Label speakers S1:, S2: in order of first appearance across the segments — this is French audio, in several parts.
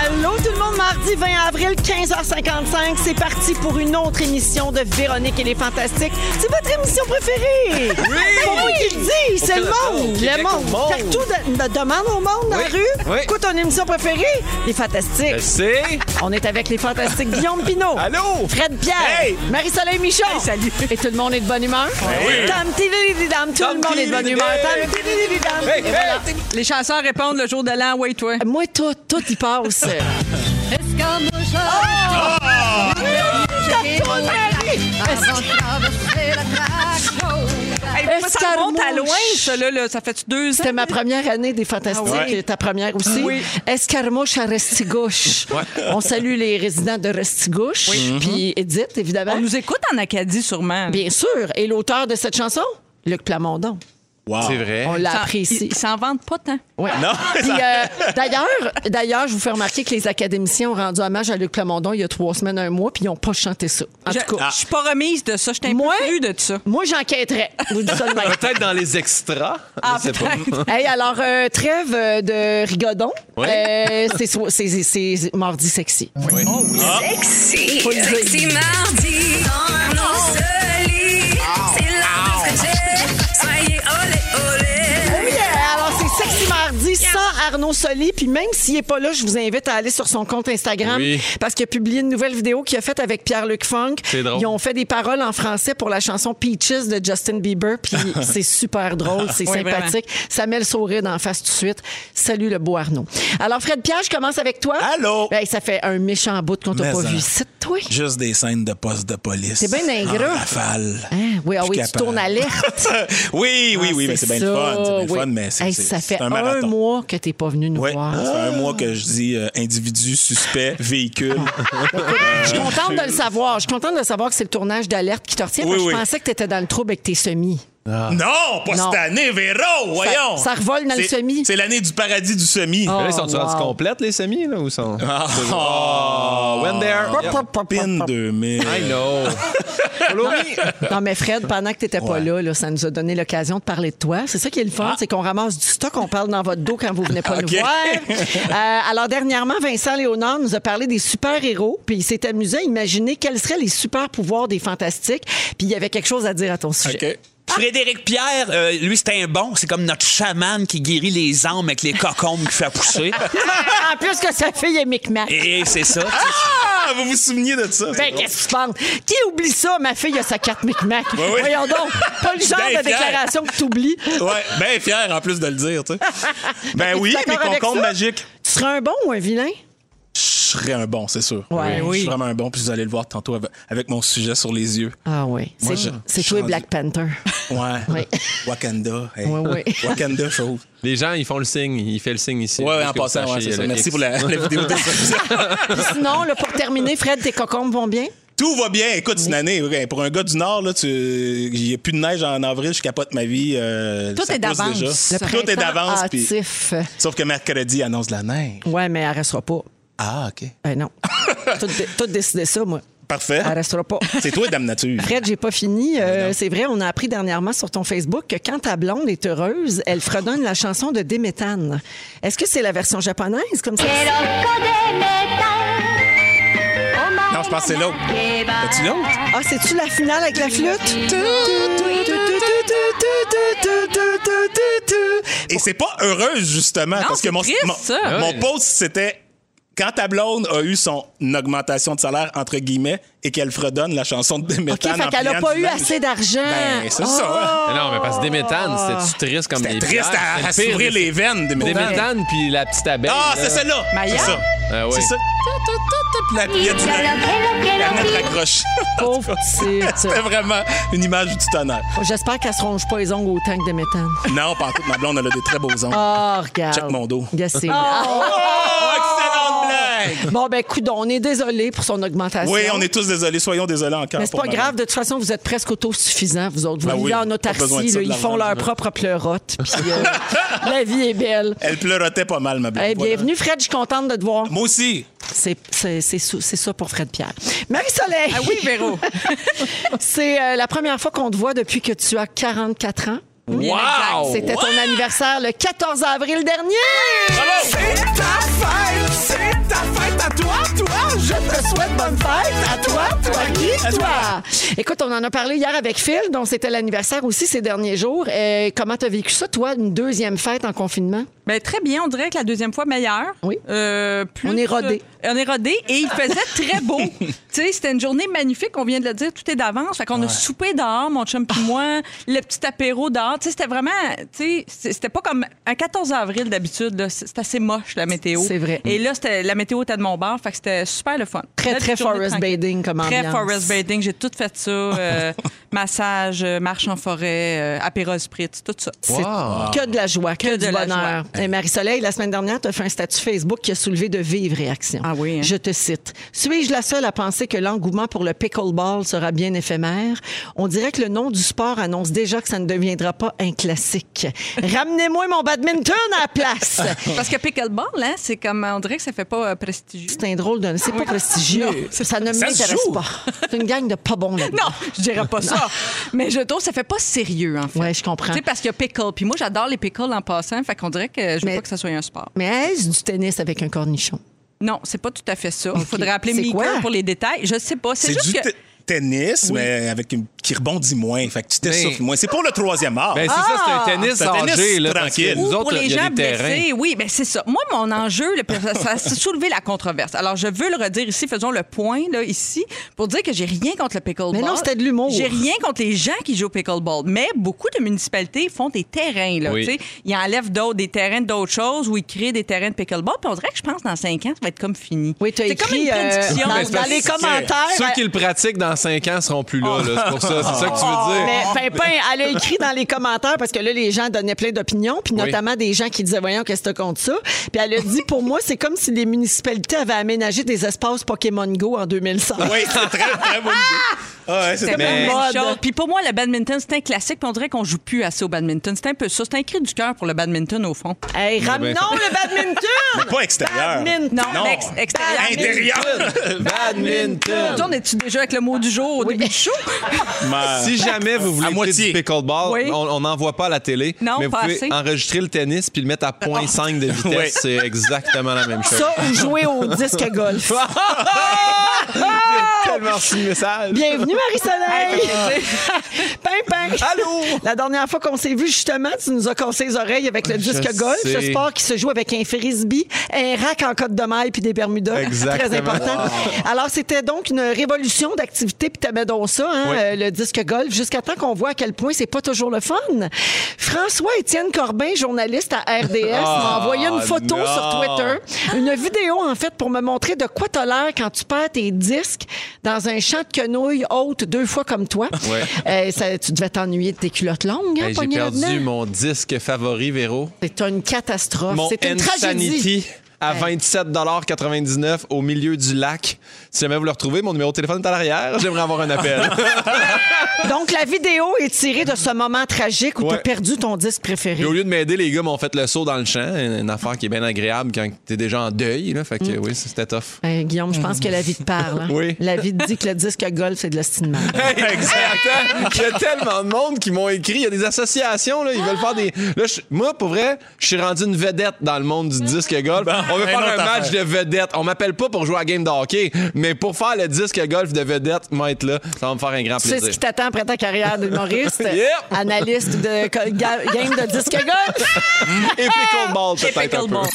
S1: Allô tout le monde, mardi 20 avril, 15h55, c'est parti pour une autre émission de Véronique et les Fantastiques. C'est votre émission préférée! Oui! C'est moi qui le dis, c'est le
S2: Canada, au
S1: monde!
S2: Québec,
S1: Le monde!
S2: au monde.
S1: Partout, de- de- demande au monde dans la
S2: Oui.
S1: rue,
S2: Oui.
S1: quoi ton émission préférée? Les Fantastiques.
S2: Euh, C'est.
S1: On est avec les Fantastiques Guillaume Pinot.
S2: Allô?
S1: Fred Pierre,
S2: Hey! Ben
S1: Marie-Soleil Michon. salut. Et tout le monde est de bonne humeur.
S2: oui.
S1: Tam, tidididam, tout
S2: Tam,
S1: le monde est de bonne humeur. Tam,
S2: tidididam.
S1: tidididam.
S2: Hey,
S1: Et voilà.
S2: hey!
S3: Les chasseurs répondent le jour de l'an, oui, toi.
S1: Moi, tout, tout y passe. Oh!
S3: Hey, moi, ça
S1: Escarmouche.
S3: remonte à loin, ça, là, là. ça fait deux ans.
S1: C'était ma première année des Fantastiques,
S2: Ah ouais.
S1: et ta première aussi.
S3: Oui.
S1: Escarmouche à Restigouche. On salue les résidents de Restigouche, puis Edith, évidemment.
S3: On nous écoute en Acadie, sûrement.
S1: Bien sûr. Et l'auteur de cette chanson? Luc Plamondon.
S2: C'est vrai.
S1: On
S3: Ils s'en-
S1: l'apprécie.
S3: Ils s'en vendent pas tant.
S1: Ouais. Puis, euh, d'ailleurs, d'ailleurs, je vous fais remarquer que les académiciens ont rendu hommage à Luc Plamondon il y a trois semaines, un mois, puis ils n'ont pas chanté ça. En
S3: je,
S1: tout cas,
S3: je suis pas remise de ça. Je t'ai
S1: Moi?
S3: plus de ça.
S1: moi, j'enquêterais. Je vous dis ça de même.
S2: Peut-être dans les extras.
S3: Ah,
S2: je sais pas.
S3: peut-être.
S1: Hey, alors, euh, trêve euh, de rigodon.
S2: Oui.
S1: Euh, c'est so- c'est- c'est- c'est mardi sexy.
S4: Sexy, sexy mardi, dans nos solis, c'est la que j'ai, soyez olé olé.
S1: Oui, euh, alors c'est Sexy Mardi sans Arnaud Soli. Puis même s'il n'est pas là, je vous invite à aller sur son compte Instagram
S2: Oui.
S1: parce qu'il a publié une nouvelle vidéo qu'il a faite avec Pierre-Luc Funk.
S2: C'est drôle.
S1: Ils ont fait des paroles en français pour la chanson Peaches de Justin Bieber. Puis c'est super drôle, c'est
S3: Oui,
S1: sympathique. Ça met le sourire d'en face tout de suite. Salut le beau Arnaud. Alors Fred Pierre, je commence avec toi.
S5: Allô?
S1: Ben, ça fait un méchant bout qu'on t'a
S5: Mais
S1: pas
S5: ça.
S1: vu. C'est toi.
S5: Juste des scènes de poste de police.
S1: C'est bien ingrat.
S5: En rafale.
S1: Hein? Oui, ah
S5: Je
S1: oui,
S5: suis
S1: tu
S5: capable.
S1: tournes alerte.
S5: oui, oui,
S1: Ah,
S5: oui, mais c'est bien le
S1: ça,
S5: fun. C'est bien le
S1: oui.
S5: fun, mais c'est
S1: Hey,
S5: c'est-
S1: Ça
S5: c'est
S1: fait
S5: un marathon. Ah!
S1: mois que t'es pas venu nous
S5: Oui,
S1: voir.
S5: ça fait un mois que je dis euh, individu, suspect, véhicule.
S1: Je suis contente de le savoir. Je suis contente de savoir que c'est le tournage d'alerte qui te retient.
S5: Oui,
S1: parce que
S5: oui.
S1: Je pensais que tu étais dans le trouble avec tes semis.
S5: Non, pas
S1: Ah. Non.
S5: cette année, Véro, voyons.
S1: ça revole dans le
S5: C'est-
S1: semi. Oh,
S5: C'est l'année du paradis du semi.
S2: Là, ils
S3: Oh,
S2: sont-tu
S1: wow.
S2: rendus complètes, les semis, là, ou sont.
S5: Ah.
S2: Oh, when there.
S1: Pop, pop, pop, pop,
S5: Pin
S1: pop.
S5: 2000.
S2: I know. Follow me.
S1: Non, mais Fred, pendant que tu n'étais pas
S5: Ouais. Ah.
S1: là, là, ça nous a donné l'occasion de parler de toi. C'est ça qui est le fun, c'est qu'on ramasse du stock, on parle dans votre dos quand vous venez pas
S5: OK.
S1: nous voir. Euh, alors, dernièrement, Vincent Léonard nous a parlé des super-héros, puis il s'est amusé à imaginer quels seraient les super-pouvoirs des fantastiques, puis il y avait quelque chose à dire à ton sujet.
S5: OK.
S6: Frédéric Pierre, euh, lui, c'est un bon. C'est comme notre chaman qui guérit les âmes avec les cocombes qu'il fait pousser.
S1: en plus que sa fille est micmac.
S6: Et c'est ça. tu sais,
S5: Ah, vous vous souveniez de ça?
S1: Ben, qu'est-ce que tu penses? Qui oublie ça? Ma fille a sa carte Micmac.
S5: oui.
S1: Voyons donc, pas le genre
S5: Ben
S1: de
S5: fier.
S1: déclaration que tu oublies.
S5: Ouais, ben fier en plus de le dire, tu sais. Ben oui,
S1: Es-tu
S5: mes
S1: d'accord avec
S5: concombres
S1: ça?
S5: magiques.
S1: Tu serais un bon ou un vilain?
S5: Je serais un bon, c'est sûr.
S1: Ouais.
S5: Je suis vraiment un bon, puis vous allez le voir tantôt avec, avec mon sujet sur les yeux.
S1: Ah oui.
S5: Moi,
S1: C'est-
S5: je-
S1: C'est
S5: je
S1: toi et
S5: suis
S1: Black Panther.
S5: Ouais.
S1: Oui.
S5: Wakanda. hey.
S1: Ouais, ouais.
S5: Wakanda, chose.
S2: Les gens, ils font le signe. Il fait le signe ici.
S5: Ouais, ouais, en
S2: Juste que vous
S5: passant, ouais,
S2: sachiez,
S5: c'est ça.
S2: le
S5: Merci
S2: X.
S5: pour la, la vidéo de
S1: Puis sinon, là, pour terminer, Fred, tes cocombes vont bien?
S5: Tout va bien. Écoute, c'est une année. ouais, Pour un gars du Nord, là, tu- il n'y a plus de neige en avril, je capote ma vie. euh,
S3: Tout
S5: ça
S3: est
S5: pousse
S3: d'avance.
S5: déjà.
S3: Le
S5: Tout est d'avance. puis-
S1: Hâtif.
S5: Sauf que mercredi annonce de la neige.
S1: Ouais, mais elle restera pas.
S5: Ah, OK.
S1: Euh, non. tout, dé- tout décidé ça, moi.
S5: Parfait.
S1: Elle restera pas.
S5: Hein? C'est toi, Dame Nature.
S1: Fred, j'ai pas fini. Euh, c'est vrai, on a appris dernièrement sur ton Facebook que quand ta blonde est heureuse, elle fredonne la chanson de Déméthane. Est-ce que c'est la version japonaise comme ça?
S5: Non, je pense que c'est l'autre. As-tu l'autre?
S1: Ah, c'est-tu la finale avec la flûte?
S5: Et c'est pas heureuse, justement.
S3: Non,
S5: parce
S3: c'est
S5: que mon,
S3: triste,
S5: mon,
S3: ça.
S5: mon post, c'était quand ta blonde a eu son augmentation de salaire, entre guillemets, et qu'elle fredonne la chanson de
S1: OK,
S5: Déméthane.
S1: fait
S5: en
S1: qu'elle n'a
S5: pliant
S1: pas
S5: du
S1: eu
S5: linge.
S1: assez d'argent. Oh!
S5: Ben, c'est ça.
S2: Mais non, mais parce que Déméthane,
S3: Ah.
S2: c'était triste comme
S5: C'était
S2: des
S5: triste
S2: pierres.
S5: à, à
S2: C'était le pire
S5: s'ouvrir
S2: des-
S5: les veines, Déméthane.
S2: Déméthane, puis la petite abeille.
S5: Ah,
S2: là.
S5: c'est celle-là.
S3: Maya?
S5: C'est ça.
S2: Ah oui.
S5: C'est ça. Puis là, Il y a du linge. La nette raccroche.
S1: Oh, Pauvre petite.
S5: C'était vraiment une image du tonnerre.
S1: J'espère qu'elle se ronge pas les ongles autant que Déméthane.
S5: Non, pas en tout. Ma blonde, elle a des très beaux ongles.
S1: Oh, regarde.
S5: Check mon dos.
S1: Yes, c'est- Ah,
S5: Oh, excellente blague! arrête.
S1: Bon, ben, coudon, on est désolé pour son augmentation.
S5: Oui, on est tous désolés. Soyons désolés encore.
S1: Mais c'est
S5: pour
S1: pas
S5: Manon.
S1: grave, de toute façon, vous êtes presque autosuffisants, vous autres. Vous
S5: Ben
S1: vivez
S5: oui,
S1: en
S5: pas besoin de
S1: autarcie,
S5: ça,
S1: là,
S5: de
S1: ils
S5: l'argent,
S1: font leur
S5: demain.
S1: propre pleurote. puis, euh, la vie est belle.
S5: Elle pleurotait pas mal, ma blonde.
S1: Hey,
S5: Voilà.
S1: Eh, bienvenue, Fred, je suis contente de te voir.
S5: Moi aussi.
S1: C'est c'est- c'est sou- c'est ça pour Fred Pierre. Marie-Soleil!
S3: Ah oui, Véro.
S1: C'est euh, la première fois qu'on te voit depuis que tu as 44 ans.
S2: Wow!
S1: C'était ton anniversaire le 14 avril dernier.
S7: C'est ta fête, c'est ta fête à toi, toi. Je te souhaite bonne fête à toi, toi qui,
S1: Toi. Écoute, on en a parlé hier avec Phil, dont c'était l'anniversaire aussi ces derniers jours. Euh, comment t'as vécu ça, toi, une deuxième fête en confinement?
S3: Ben, très bien, on dirait que la deuxième fois meilleure.
S1: Oui.
S3: Euh, plus-
S1: On est rodés.
S3: Euh, on est rodés et il faisait très beau. tu sais, c'était une journée magnifique, on vient de le dire, tout est d'avance. Fait qu'on a soupé dehors, mon chum puis moi, le petit apéro dehors. Tu sais, c'était vraiment, tu sais, c'est- c'était pas comme un 14 avril d'habitude, là, c'est c'est assez moche la météo.
S1: C'est vrai.
S3: Et là, c'était la météo était de mon bord, fait que c'était super le fun.
S1: Très,
S3: Belle
S1: très
S3: journée
S1: forest
S3: tranquille.
S1: bathing comme
S3: Très
S1: ambiance.
S3: forest bathing, j'ai tout fait ça. euh, massage, euh, marche en forêt, euh, apéro spritz, tout ça.
S1: C'est que de la joie, que, du
S3: de la
S1: bonheur. Et Marie-Soleil, la semaine dernière, tu as fait un statut Facebook qui a soulevé de vives réactions.
S3: Ah oui, hein?
S1: Je te cite. Suis-je la seule à penser que l'engouement pour le pickleball sera bien éphémère? On dirait que le nom du sport annonce déjà que ça ne deviendra pas un classique. Ramenez-moi mon badminton à la place!
S3: Parce que pickleball, hein, c'est comme on dirait que ça fait pas euh, prestigieux.
S1: C'est un drôle de. C'est pas prestigieux. Ça ne
S5: se
S1: m'intéresse
S5: joue.
S1: pas. C'est une gang de pas bons là-dedans.
S3: Non, je dirais pas ça. Mais je trouve que ça fait pas sérieux en fait.
S1: Ouais, je comprends.
S3: Tu sais parce qu'il y a pickle, puis moi j'adore les pickles en passant, fait qu'on dirait que je veux
S1: Mais-
S3: pas que ça soit un sport.
S1: Mais est-ce du tennis avec un cornichon?
S3: Non, c'est pas tout à fait ça. Il faudrait appeler
S1: C'est quoi?
S3: Mika pour les détails. Je sais pas, c'est
S5: C'est du
S3: juste que
S5: te- tennis, mais avec une... qui rebondit moins. Fait que tu t'essouffles moins. C'est pour le troisième art.
S2: Ben, c'est ça, c'est un tennis
S5: C'est un tennis
S2: âgé, là. parce que
S5: tranquille.
S2: Nous
S3: Ou
S2: autres,
S3: Ah. pour
S2: là,
S3: les
S2: il y a
S3: gens
S2: des terrains.
S3: blessés, oui, ben c'est ça. Moi, mon enjeu, là, puis ça, ça a soulevé la controverse. Alors, je veux le redire ici, faisons le point là, ici, pour dire que j'ai rien contre le pickleball.
S1: Mais non, c'était de l'humour.
S3: J'ai rien contre les gens qui jouent au pickleball, mais beaucoup de municipalités font des terrains. Là,
S2: Oui.
S3: tu sais. Ils enlèvent d'autres, des terrains d'autres choses ou ils créent des terrains de pickleball. Puis on dirait que je pense que dans cinq ans, ça va être comme fini.
S1: Oui, tu as
S3: C'est comme
S1: écrit
S3: une
S1: euh,
S3: prédiction.
S1: dans,
S2: Mais c'est
S1: dans
S2: parce
S1: les
S5: que
S1: commentaires.
S3: Ah,
S2: Ceux qui le pratiquent dans 5 ans seront plus là, là. C'est pour ça.
S3: Oh.
S2: C'est ça que tu veux dire.
S1: Mais Pimpin, elle a écrit dans les commentaires parce que là, les gens donnaient plein d'opinions, puis
S2: Oui.
S1: notamment des gens qui disaient Voyons, qu'est-ce que t'as contre ça? Puis elle a dit Pour moi, c'est comme si les municipalités avaient aménagé des espaces Pokémon Go en 2100.
S5: Oui, c'est très, très bon. Ah, ouais, c'est
S3: C'était
S5: très-
S3: pas la même
S1: mode.
S3: chose. Puis pour moi, le badminton, c'est un classique. Puis on dirait qu'on joue plus assez au badminton. C'est un peu ça. C'est un cri du cœur pour le badminton, au fond.
S1: Hey, ramenons le badminton!
S5: Pas extérieur.
S1: Badminton!
S3: Non,
S5: Non.
S3: mais ex- extérieur.
S5: Intérieur.
S2: Badminton.
S3: Toi, on est-tu déjà avec le mot du jour au début du show?
S5: Ma-
S2: Si jamais vous voulez
S5: À
S2: écouter
S5: moitié.
S2: du pickleball,
S3: Oui.
S2: on n'en voit pas à la télé,
S3: Non,
S2: mais vous
S3: pas
S2: pouvez
S3: assez.
S2: enregistrer le tennis puis le mettre à 0.5 de vitesse.
S5: Oui.
S2: C'est exactement la même chose.
S1: Ah. Ça, ou jouer au disque golf.
S2: J'ai tellement reçu de messages.
S1: Bienvenue, Marie-Soleil! Pimpin!
S2: Allô?
S1: La dernière fois qu'on s'est vu, justement, tu nous as cassé les oreilles avec le
S2: Je
S1: disque golf, ce
S2: sais.
S1: sport qui se joue avec un frisbee, un rack en côte de maille puis des bermudas.
S2: Exactement.
S1: Très important. Alors, c'était donc une révolution d'activité, puis t'aimais donc ça, hein,
S2: Oui.
S1: euh, le disque golf, jusqu'à temps qu'on voit à quel point c'est pas toujours le fun. François-Étienne Corbin, journaliste à RDS, m'a
S2: Ah,
S1: envoyé une photo
S2: non.
S1: sur Twitter une vidéo, en fait, pour me montrer de quoi t'as l'air quand tu perds tes disques dans un champ de quenouilles haute deux fois comme toi.
S2: Ouais.
S1: Euh, ça- tu devais t'ennuyer de tes culottes longues, hein,
S2: Hey, J'ai
S1: pogné
S2: perdu
S1: là-dedans.
S2: mon disque favori, Véro.
S1: C'est une catastrophe.
S2: Mon
S1: Oh, C'est une tragédie.
S2: Insanity à 27,99 au milieu du lac. Si jamais vous le retrouvez, mon numéro de téléphone est à l'arrière. J'aimerais avoir un appel.
S1: Donc, la vidéo est tirée de ce moment tragique où
S2: Ouais.
S1: t'as perdu ton disque préféré.
S2: Puis au lieu de m'aider, les gars m'ont fait le saut dans le champ. Une affaire qui est bien agréable quand t'es déjà en deuil. Là. Fait que
S1: Mm.
S2: oui, c'était tough.
S1: Hey, Euh, Guillaume, je pense que la vie te parle. hein.
S2: Oui.
S1: La vie te dit que le disque golf, c'est de l'ostinement.
S2: Exactement. Il y a tellement de monde qui m'ont écrit. Il y a des associations, là, ils veulent faire des. Là, je- Moi, pour vrai, je suis rendu une vedette dans le monde du disque golf. On veut
S5: un
S2: faire un
S5: Ben, autre
S2: match de
S5: affaire.
S2: vedette. On m'appelle pas pour jouer à la game de hockey, mais pour faire le disque golf de vedette, moi être là, ça va me faire un grand
S1: Tu sais ce
S2: plaisir.
S1: qui t'attend après ta carrière d'humoriste,
S2: Yep.
S1: analyste de co- ga- game de disque golf.
S2: Et pickleball, peut-être un peu.
S3: Pickleball.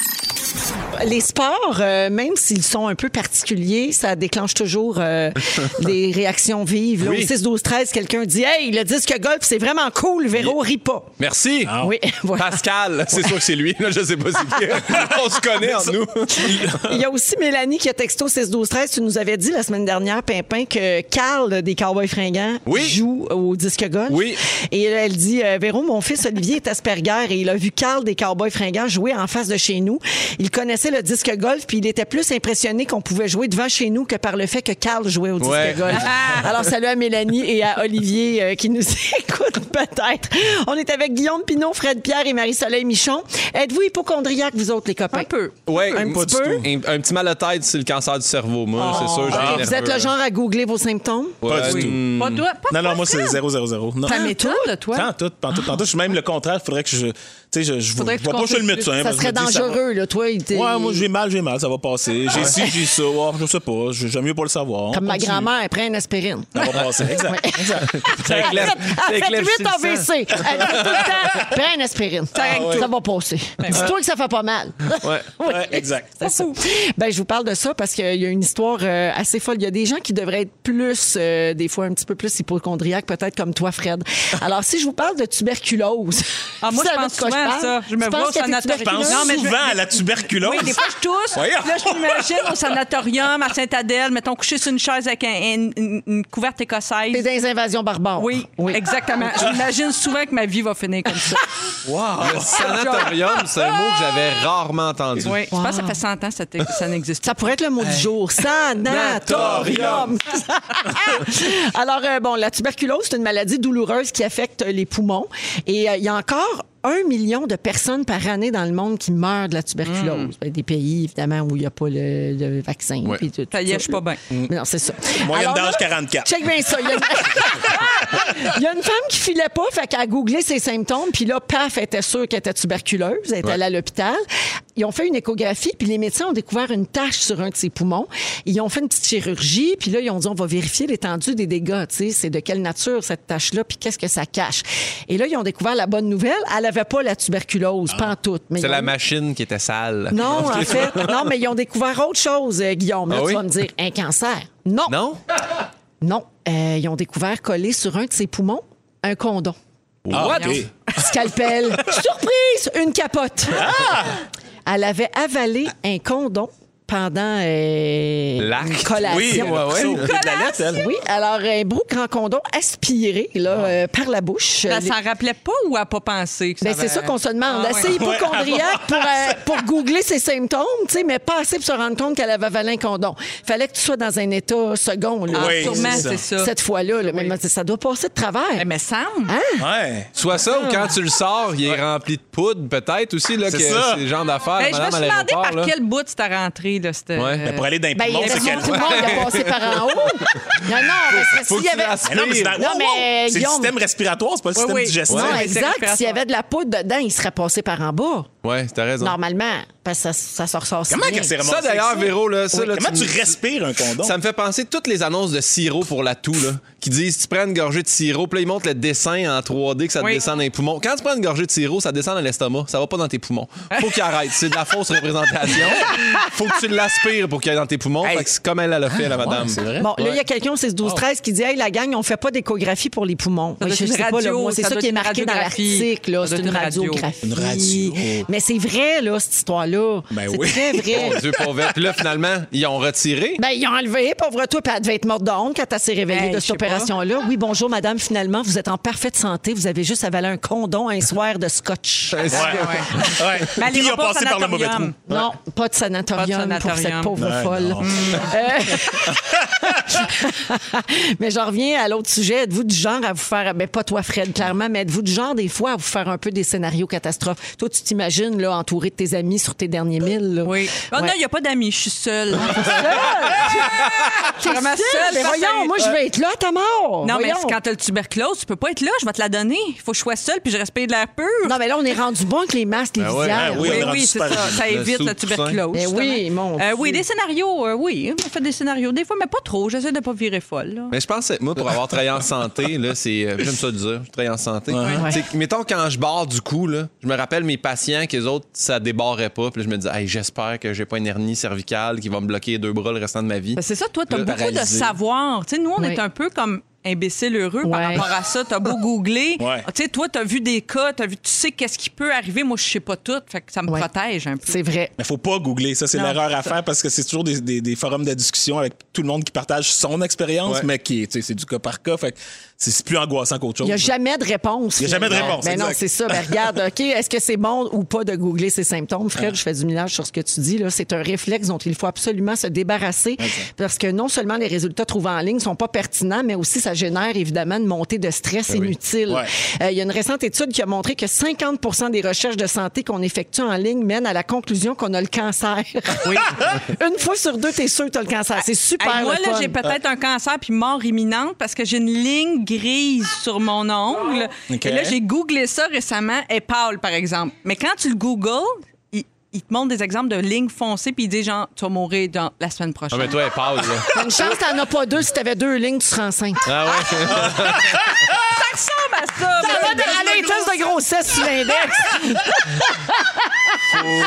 S1: Les sports, euh, même s'ils sont un peu particuliers, ça déclenche toujours euh, des réactions vives. Là,
S2: Oui.
S1: Au 6, 12, 13, quelqu'un dit Hey, le disque golf, c'est vraiment cool, Véro, ris pas.
S2: Merci.
S1: Oui, voilà.
S2: Pascal, c'est sûr que c'est lui. Là, je sais pas c'est qui. On se connaît en nous.
S1: Il y a aussi Mélanie qui a texto 6, 12, 13. Tu nous avais dit la semaine dernière, Pimpin, que Carl des Cowboys Fringants
S2: Oui.
S1: joue au disque golf.
S2: Oui.
S1: Et elle, elle dit euh, Véro, mon fils Olivier est Asperger et il a vu Carl des Cowboys Fringants jouer en face de chez nous. Il connaissait le disque golf, puis il était plus impressionné qu'on pouvait jouer devant chez nous que par le fait que Carl jouait au disque
S2: Ouais.
S1: golf.
S3: Ah.
S1: Alors, salut à Mélanie et à Olivier euh, qui nous écoutent peut-être. On est avec Guillaume Pinot, Fred Pierre et Marie-Soleil Michon. Êtes-vous hypochondriaque, vous autres, les copains?
S3: Un peu.
S2: Ouais,
S1: Un
S2: un,
S1: petit peu.
S2: un- un petit mal à tête, c'est le cancer du cerveau, moi, c'est sûr. j'ai
S5: Ah,
S1: Et Oh.
S2: un
S1: vous
S2: nerveux,
S1: êtes le
S2: là.
S1: genre
S5: hein.
S1: à googler vos symptômes?
S5: Pas
S2: Ouais,
S5: du tout.
S2: hmm.
S3: Pas toi, pas toi,
S5: Non, non, moi, c'est
S3: Fred.
S5: 0, 0, 0. Non.
S3: Ça m'étonne de toi.
S5: Pas en tout, pas en tout, pas en tout. Je suis même le contraire. Il faudrait que je. Tu sais, je, je,
S3: Faudrait
S5: vais
S3: que tu
S5: pas chez le
S3: consultes.
S5: médecin.
S1: Ça
S5: parce que
S1: serait
S5: je me dis, ça va-
S1: dangereux, là. Toi, il était-
S5: Ouais, moi, j'ai mal, j'ai mal, ça va passer. J'ai ci, j'ai ça. Oh, je sais pas, j'ai- j'aime mieux pas le savoir.
S1: Comme ma
S5: Continue.
S1: grand-mère, elle prend une aspirine.
S5: Ça va passer. Exact. exact.
S2: C'est un
S1: Elle
S2: clef- c'est un
S1: fait
S2: clef
S1: 8
S2: 600.
S1: AVC. Elle dit tout le temps, prends une aspirine. Ça va passer. Dis-toi que ça fait pas mal.
S2: Ouais.
S1: Oui.
S5: Ah, Ouais, exact.
S1: C'est ça. Ben, je vous parle de ça parce qu'il y a une histoire euh, assez folle. Il y a des gens qui devraient être plus, euh, des fois un petit peu plus hypochondriaques, peut-être comme toi, Fred. Alors, si je vous parle de tuberculose.
S3: Ah,
S1: vous
S3: moi, je
S1: savez
S3: pense
S1: de quoi
S3: souvent à
S1: parle?
S3: ça. Je me
S1: Tu
S3: vois
S1: penses
S3: au
S1: que t'es
S3: sanatorium.
S5: Je pense
S1: tuberculeuse?
S3: Non, mais je-
S5: souvent à la tuberculose.
S3: Oui, des fois, je tousse.
S5: Voyons.
S3: Là, je m'imagine au sanatorium, à Sainte-Adèle, mettons, couché sur une chaise avec un- un- une, une couverte
S1: T'es
S3: écossaise.
S1: dans les invasions barbares.
S3: Oui, exactement. J'imagine souvent que ma vie va finir comme ça.
S2: Le sanatorium, c'est un mot que j'avais rarement entendu.
S3: Oui. Je pense que ça fait 100 ans que ça, t'é- ça n'existe
S1: Ça pourrait être le mot du jour. Sanatorium. Alors, euh, bon, la tuberculose, c'est une maladie douloureuse qui affecte les poumons. Et euh, il y a encore un million de personnes par année dans le monde qui meurent de la tuberculose. Ben, Des pays, évidemment, où il n'y a pas le, le vaccin. puis tout- tout
S3: Ça y est, je suis pas bien.
S2: Mm.
S1: Mais Non, c'est ça.
S5: Moyenne
S1: Alors là,
S5: d'âge 44.
S1: Check bien ça. Il y a une, Il y a une femme qui filait pas, fait qu'elle a googlé ses symptômes, puis là, paf, elle était sûre qu'elle était tuberculeuse, elle est allée à l'hôpital. Ils ont fait une échographie, puis les médecins ont découvert une tache sur un de ses poumons. Ils ont fait une petite chirurgie, puis là, ils ont dit, on va vérifier l'étendue des dégâts, tu sais, c'est de quelle nature cette tache-là, puis qu'est-ce que ça cache. Et là, ils ont découvert la bonne nouvelle, elle avait pas la tuberculose, pas en tout. mais
S2: Ah. C'est
S1: ils
S2: la
S1: ont-
S2: machine qui était sale.
S1: Non, en fait, non, mais ils ont découvert autre chose, euh, Guillaume. Là,
S2: Ah
S1: tu
S2: oui?
S1: vas me dire, un cancer. Non.
S2: Non?
S1: Non, euh, ils ont découvert collé sur un de ses poumons un condom.
S5: Ah,
S2: What?
S5: ok.
S1: Scalpel. Surprise! Une capote.
S5: Ah!
S1: Elle avait avalé un condom pendant euh,
S2: L'acte.
S1: une collation.
S5: Oui, ouais, ouais.
S2: Une
S5: Au bout de la lettre, elle.
S1: Oui, alors un beau grand condom aspiré là, euh, par la bouche.
S3: Elle
S1: Les-
S3: s'en rappelait pas ou elle n'a pas pensé que ça
S1: Ben, c'est
S3: avait-
S1: ça qu'on se demande.
S3: Ah,
S1: assez
S3: ouais.
S1: hypochondriaque pour, euh, pour googler ses symptômes, tu sais, mais pas assez pour se rendre compte qu'elle avait avalé un condom. Fallait que tu sois dans un état second, là,
S3: Ah,
S5: Oui,
S3: sûrement,
S5: c'est ça.
S3: c'est ça.
S1: cette fois-là. là. Mais ça doit passer de
S3: Eh,
S1: travers.
S3: Mais semble.
S1: Hein?
S5: Ouais.
S2: Soit ça, ou quand tu le sors, il est rempli de poudre, peut-être aussi, là, que
S5: C'est ça.
S2: c'est le genre d'affaire.
S3: Ben, je me
S2: Ah, madame
S3: suis
S2: à
S3: demandé
S2: l'aéroport,
S3: par
S2: là.
S3: quel bout tu t'es rentré. Là, c'était,
S2: Ouais.
S3: euh,
S2: Ben,
S5: Pour aller d'un
S1: Ben, il
S5: poumon,
S1: y a
S5: c'est
S1: quel...
S5: quel.
S1: tout le monde il a passé par en haut. Non, non, mais s'il
S2: Faut
S1: y
S2: que tu
S1: avait...
S5: Mais non, mais c'est dans-
S1: Non, mais,
S5: wow, wow, c'est le
S1: Guillaume-
S5: système respiratoire, c'est pas le système
S3: oui.
S5: digestif.
S1: Non,
S3: Ouais,
S1: exact.
S3: c'est
S1: S'il y avait de la poudre dedans, il serait passé par en bas,
S2: Ouais, t'as raison.
S1: normalement, parce que ça, ça se ressort si
S5: Comment
S1: bien.
S5: que c'est
S2: Ça,
S5: remonté
S2: d'ailleurs,
S5: ici?
S2: Véro, là, ça, là,
S5: Comment tu
S2: me-
S5: respires un condom?
S2: Ça me fait penser toutes les annonces de sirop pour la toux, là, qui disent tu prends une gorgée de sirop, puis là, ils montrent le dessin en 3D que ça te
S3: Oui.
S2: descend dans les poumons. Quand tu prends une gorgée de sirop, ça descend dans l'estomac, ça va pas dans tes poumons. Faut qu'il arrête. C'est de la fausse représentation. Faut que tu l'aspires pour qu'il aille dans tes poumons. Fait que c'est comme elle elle a fait, la madame.
S1: Bon, là, il y a quelqu'un, c'est 12-13, qui dit Hey, la gang, on fait pas d'échographie pour les poumons.
S3: Ça
S1: Oui,
S3: doit
S1: je
S3: être
S1: sais
S3: une
S1: pas, là,
S3: radio,
S1: moi, c'est
S3: ça
S1: ça
S3: doit
S1: qui est
S3: être une
S1: marqué dans
S3: radiographie.
S1: l'article. là.
S3: Ça
S1: C'est
S3: doit
S1: une
S3: être une radio.
S1: radiographie.
S5: Une radio.
S1: Mais c'est vrai, là, cette histoire-là.
S5: Ben
S1: c'est
S5: oui.
S1: très vrai.
S2: Mon Dieu, pauvre. Puis là, finalement, ils ont retiré.
S1: Ben, ils ont enlevé, pauvre toi, puis elle devait être morte de honte quand elle s'est réveillée
S3: Hey,
S1: de
S3: je
S1: cette
S3: sais pas.
S1: opération-là. Oui, bonjour, madame, finalement, vous êtes en parfaite santé. Vous avez juste avalé un condom un soir de scotch.
S5: Ouais, ouais.
S2: Ben,
S3: Mais elle
S5: Puis il
S3: ira
S5: a
S3: pas au
S5: passé par le mauvais trou.
S3: sanatorium.
S1: Non, pas de sanatorium,
S3: Pas
S1: pour
S3: de
S1: cette
S3: sanatorium.
S1: pauvre
S5: Ouais,
S1: folle.
S5: non. Mm.
S1: Euh, mais j'en reviens à l'autre sujet. Êtes-vous du genre à vous faire, ben pas toi Fred clairement, mais êtes-vous du genre des fois à vous faire un peu des scénarios catastrophes? Toi, tu t'imagines là entouré de tes amis sur tes derniers milles. là.
S3: Oui. Ah
S1: Ouais.
S3: Non, il n'y a pas d'amis, je suis seule.
S1: T'es
S3: vraiment
S1: seule?
S3: seule
S1: Mais
S3: face à
S1: voyons,
S3: une- Euh,
S1: moi je vais être là à ta mort.
S3: Non, mais
S1: Voyons.
S3: c'est quand t'as le tuberculose, tu peux pas être là, je vais te la donner. Il faut que je sois seule puis je respire de l'air pur.
S1: Non, mais là, on est rendu bon avec les masques, les
S2: Ben ouais,
S1: visières.
S5: ben
S3: oui,
S5: Oui, on
S3: oui,
S5: est rendu
S3: c'est
S5: super
S3: ça. Ça
S2: rigide.
S3: évite
S2: Le
S3: la
S2: sous-coussin.
S3: tuberculose.
S1: Ben oui,
S3: justement.
S1: mon
S3: Euh,
S1: Dieu.
S3: oui, des scénarios, euh, oui. On fait des scénarios. Des fois, mais pas trop. J'essaie de pas virer folle. là.
S2: Mais je pense que moi, pour avoir travaillé en santé, là, c'est. euh, J'aime ça le dire, je travaille en santé. C'est que, mettons, quand je barre du coup, là, je me rappelle mes patients qu'eux autres, ça débarrait pas. Puis là, je me dis, Hey, j'espère que j'ai pas une hernie cervicale qui va me bloquer les deux bras le restant de ma vie.
S3: Ben, c'est ça, toi, t'as
S2: Là,
S3: beaucoup de
S2: paralysé.
S3: savoir. Tu sais, nous, on
S1: Oui.
S3: est un peu comme imbécile heureux par
S1: Ouais.
S3: rapport à ça. T'as beau googler.
S5: Ouais.
S3: Tu sais, toi, t'as vu des cas, t'as vu, tu sais qu'est-ce qui peut arriver. Moi, je sais pas tout. Fait que ça me
S1: Ouais.
S3: protège un peu.
S1: C'est vrai.
S5: Mais faut pas googler, ça c'est
S3: Non,
S5: l'erreur
S3: c'est
S5: à
S3: ça.
S5: faire parce que c'est toujours des, des- des forums de discussion avec tout le monde qui partage son expérience,
S2: Ouais.
S5: mais qui est, tu sais, c'est du cas par cas, fait que c'est c'est plus angoissant qu'autre chose.
S1: Il n'y a jamais de réponse.
S5: Il y a jamais de
S1: finalement.
S5: réponse,
S1: Ben non,
S5: exact.
S1: c'est ça. Ben regarde, OK, est-ce que c'est bon ou pas de googler ses symptômes?
S5: Ah.
S1: Fred, je fais du millage sur ce que tu dis. là. C'est un réflexe dont il faut absolument se débarrasser parce que non seulement les résultats trouvés en ligne sont pas pertinents, mais aussi ça génère évidemment une montée de stress inutile. Euh,
S5: Ben Ouais.
S1: Il y a une récente étude qui a montré que 50 des recherches de santé qu'on effectue en ligne mènent à la conclusion qu'on a le cancer. une fois sur deux, t'es sûr que t'as le cancer. C'est
S5: Ah,
S1: super
S3: Hey, moi,
S1: le
S3: là,
S1: fun.
S3: j'ai peut-être un cancer puis mort imminente parce que j'ai une ligne grise sur mon ongle.
S5: OK.
S3: Et là, j'ai googlé ça récemment. Et pâle, par exemple. Mais quand tu le googles, il, il te montre des exemples de lignes foncées puis il dit genre, tu vas mourir dans la semaine
S2: Ah,
S3: prochaine.
S2: mais toi, elle passe, là.
S1: Une chance, t'en as pas deux. Si t'avais deux lignes, tu serais enceinte.
S2: Ah ouais?
S3: Ça ressemble
S1: Ah,
S3: à ça. mais-
S1: Elle a un test de grossesse sur l'index.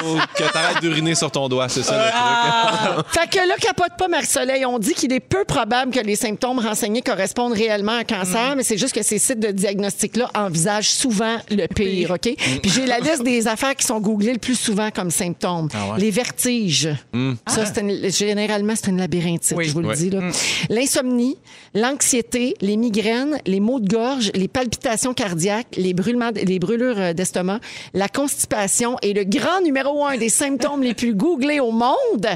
S2: Faut que t'arrêtes d'uriner sur ton doigt, c'est ça le
S1: Ah,
S2: truc.
S1: Fait que là, capote pas, Marie-Soleil. On dit qu'il est peu probable que les symptômes renseignés correspondent réellement à un cancer, mais c'est juste que ces sites de diagnostic-là envisagent souvent le pire, OK? Puis j'ai la liste des affaires qui sont googlées le plus souvent comme symptômes. Les vertiges. Ça, c'est une- généralement, c'est une labyrinthite,
S3: Oui.
S1: je vous le
S2: Ouais.
S1: dis. là. L'insomnie, l'anxiété, les migraines, les maux de gorge, les palpitations cardiaques, les, brûlements, les brûlures euh, d'estomac, la constipation et le grand numéro un des symptômes les plus googlés au monde,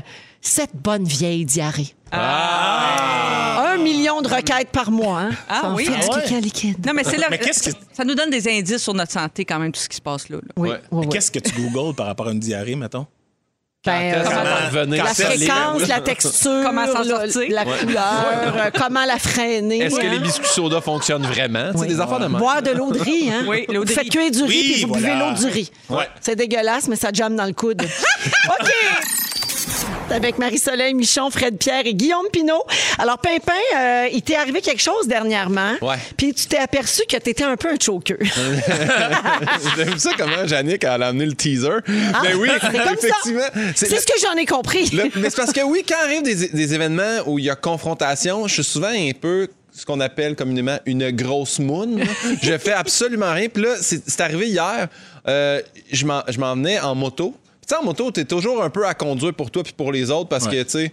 S1: cette bonne vieille diarrhée.
S2: Ah.
S1: Un million de requêtes par mois. hein.
S3: Ah
S1: Ça en
S3: oui?
S1: fait du
S5: Ah ouais.
S1: caca liquide.
S3: Non, mais c'est là.
S5: Mais qu'est-ce que-
S3: Ça nous donne des indices sur notre santé, quand même, tout ce qui se passe là. là.
S1: Oui,
S2: Ouais.
S1: oui,
S5: Mais
S1: oui.
S5: Qu'est-ce que tu googles par rapport à une diarrhée, mettons?
S1: Ben, euh,
S2: Quand
S1: comment-
S2: elle va venir,
S1: la
S2: ça, les-
S1: fréquence, la texture,
S3: Comment s'en
S1: la,
S3: sortir?
S1: la couleur, euh, comment la freiner.
S2: Est-ce que
S1: hein?
S2: les biscuits soda fonctionnent vraiment? Tu sais, des affaires de même.
S1: Boire de l'eau de riz, hein?
S3: Oui, l'eau de
S1: Vous faites
S3: riz.
S1: cuire du riz,
S5: Oui,
S1: puis vous
S5: voilà.
S1: buvez l'eau du riz.
S5: Ouais.
S1: C'est dégueulasse, mais ça jamme dans le coude. OK! Avec Marie-Soleil Michon, Fred Pierre et Guillaume Pinault. Alors, Pimpin, euh, il t'est arrivé quelque chose dernièrement.
S2: Ouais.
S1: Puis tu t'es aperçu que t'étais un peu un choker.
S2: J'aime ça comment Jannick elle a amené le teaser.
S1: Ah,
S2: ben oui,
S1: c'est comme ça.
S2: effectivement.
S1: C'est
S2: le-
S1: ce que j'en ai compris.
S2: le- mais c'est parce que oui, quand arrivent des, des événements où il y a confrontation, je suis souvent un peu ce qu'on appelle communément une grosse moune. là. je fais absolument rien. Puis là, c'est c'est arrivé hier. euh, je m'en- je m'en venais en moto. Puis Tu sais, en moto, t'es toujours un peu à conduire pour toi puis pour les autres parce que, tu sais...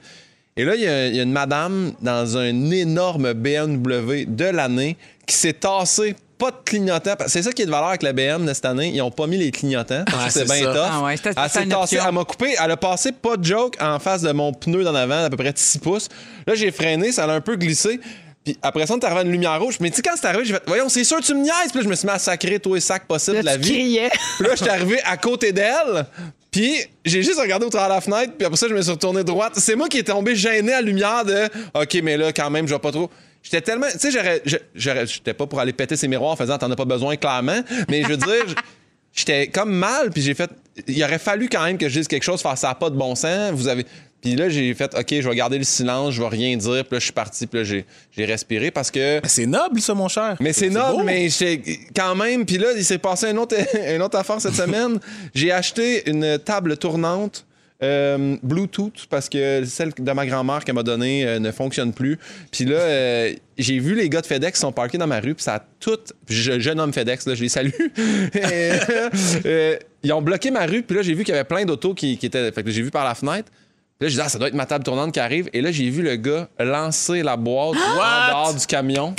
S2: Et là, il y, a- il y a une madame dans un énorme BMW de l'année qui s'est tassée, pas de clignotant. C'est ça qui est de valeur avec la BM de cette année. Ils n'ont pas mis les clignotants. parce que
S5: Ouais,
S2: c'est
S5: c'est
S2: bien
S5: ça.
S2: tough.
S3: Ah ouais, c'était-
S2: elle
S3: c'était
S2: s'est
S3: une
S2: tassée,
S3: option.
S2: elle m'a coupé. Elle a passé, pas de joke, en face de mon pneu d'en avant, à peu près de 6 pouces. Là, j'ai freiné, ça a un peu glissé. Puis après ça, on est arrivé à une lumière rouge. Mais tu sais, quand c'est arrivé, j'ai fait Voyons, c'est sûr, tu me niaises. Puis là, je me suis mis à sacrer tous les sacs possibles
S1: Là,
S2: de la
S1: tu
S2: vie.
S1: criais.
S2: Puis là, j'étais arrivé à côté d'elle. Puis j'ai juste regardé au travers de la fenêtre. Puis après ça, je me suis retourné droite. C'est moi qui est tombé gêné à la lumière de OK, mais là, quand même, je vois pas trop. J'étais tellement. Tu sais, j'aurais- je- j'aurais- j'étais pas pour aller péter ses miroirs en faisant T'en as pas besoin, clairement. Mais je veux dire, j'étais comme mal. Puis j'ai fait Il aurait fallu quand même que je dise quelque chose, faire ça a pas de bon sens. Vous avez. Puis là, j'ai fait OK, je vais garder le silence, je vais rien dire. Puis là, je suis parti. Puis là, j'ai j'ai respiré parce que.
S5: Ben, c'est noble, ça, mon cher.
S2: Mais c'est
S5: beau.
S2: noble, mais j'ai- quand même. Puis là, il s'est passé une autre, une autre affaire cette semaine. J'ai acheté une table tournante. euh, Bluetooth parce que celle de ma grand-mère qu'elle m'a donnée euh, ne fonctionne plus. Puis là, euh, j'ai vu les gars de FedEx qui sont parqués dans ma rue, puis ça a tout. Je, jeune homme FedEx, là, je les salue. Euh, euh, ils ont bloqué ma rue, puis là, j'ai vu qu'il y avait plein d'autos qui, qui étaient. Fait que j'ai vu par la fenêtre. Puis là, j'ai dit, ah, ça doit être ma table tournante qui arrive. Et là, j'ai vu le gars lancer la boîte en dehors du camion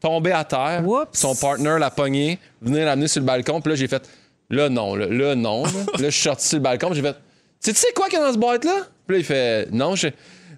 S2: tombé à terre.
S1: Whoops.
S2: Son partner l'a pogné, venait l'amener sur le balcon. Puis là, j'ai fait là, non, là, là, non. Là, Là, je suis sorti sur le balcon. puis J'ai fait tu sais, tu sais quoi qu'il y a dans ce boîte-là? Puis là, il fait non. Je